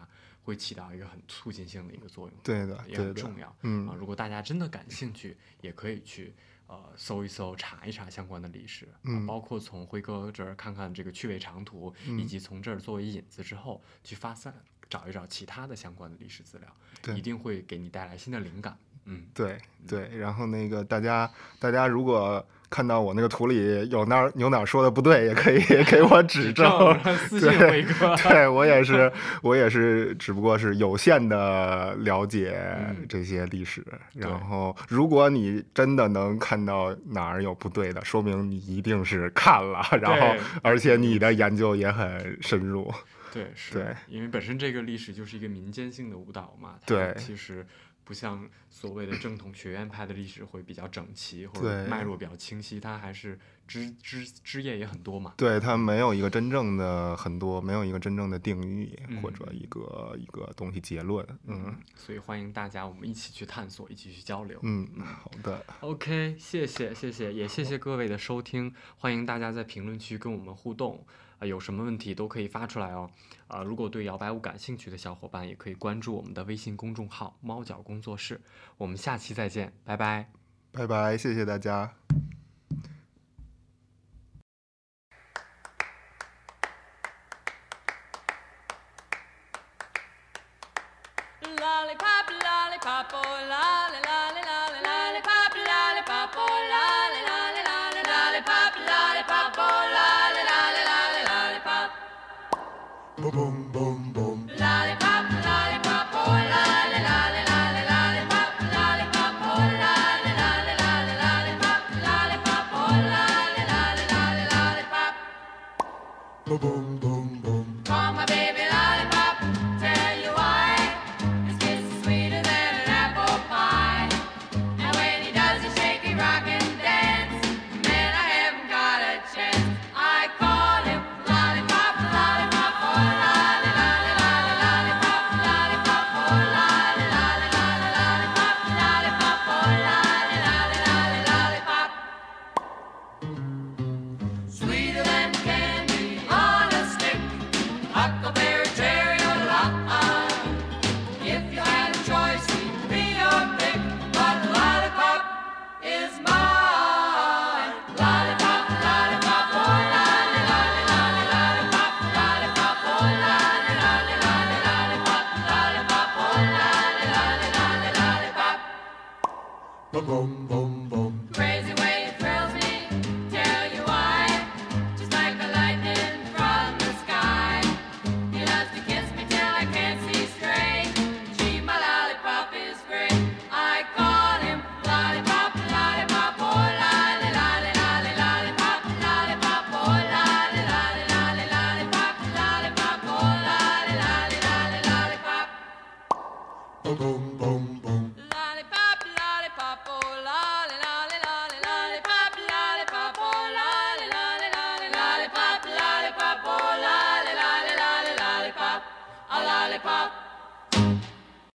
会起到一个很促进性的一个作用。对的也对很的重要。嗯啊，如果大家真的感兴趣，也可以去呃搜一搜、查一查相关的历史，啊嗯包括从辉哥这儿看看这个趣味长图，以嗯及从这儿作为引子之后去发散，找一找其他的相关的历史资料，对一定会给你带来新的灵感。嗯，对对，然后那个大家大家如果看到我那个图里有那儿有哪儿说的不对，也可以 给我指正。 私信辉对哥。 对我也是，我也是，只不过是有限的了解嗯这些历史。对然后，如果你真的能看到哪儿有不对的，说明你一定是看了，然对后而且你的研究也很 深入。对，是对因为本身这个历史就是一个民间性的舞蹈嘛，它对其实不像所谓的正统学院派的历史会比较整齐或者对脉络比较清晰，它还是枝枝枝叶也很多嘛。对，它没有一个真正的很多，没有一个真正的定义、或者嗯一个一个东西结论。嗯，所以欢迎大家我们一起去探索，一起去交流。嗯，好的， OK，谢谢谢谢，也谢谢各位的收听，欢迎大家在评论区跟我们互动，啊、有什么问题都可以发出来哦。啊、如果对摇摆舞感兴趣的小伙伴，也可以关注我们的微信公众号“猫脚工作室”。我们下期再见，拜拜。拜拜，谢谢大家。 Lollipop, lollipop, oh, lolly, lolly, lolly, lollipop, lollipop, oh, lolly, lolly, lolly, lollipop, lollipop, oh, lolly, lolly, lolly, lollipop. Boom, boom, boom, boom. Lollipop, lollipop, oh, lolly, lolly, lolly, lollipop, lollipop, oh, lolly, lolly, lolly, lollipop, lollipop, oh, lolly, lolly, lolly, lollipop. Call my baby lollipop, tell you why. His kiss is sweeter than an apple pie. And when he does his shaky rock and dance, man, I haven't got a chance. I call him lollipop, lollipop, oh lolly, lolly, lolly, lollipop, lollipop, oh lolly, lolly, lolly, lollipop, lollipop, oh lolly, lolly, lolly, lollipop. Sweeter than candy, honestly. oh, oh, oh, oh, oh, oh, lollipop.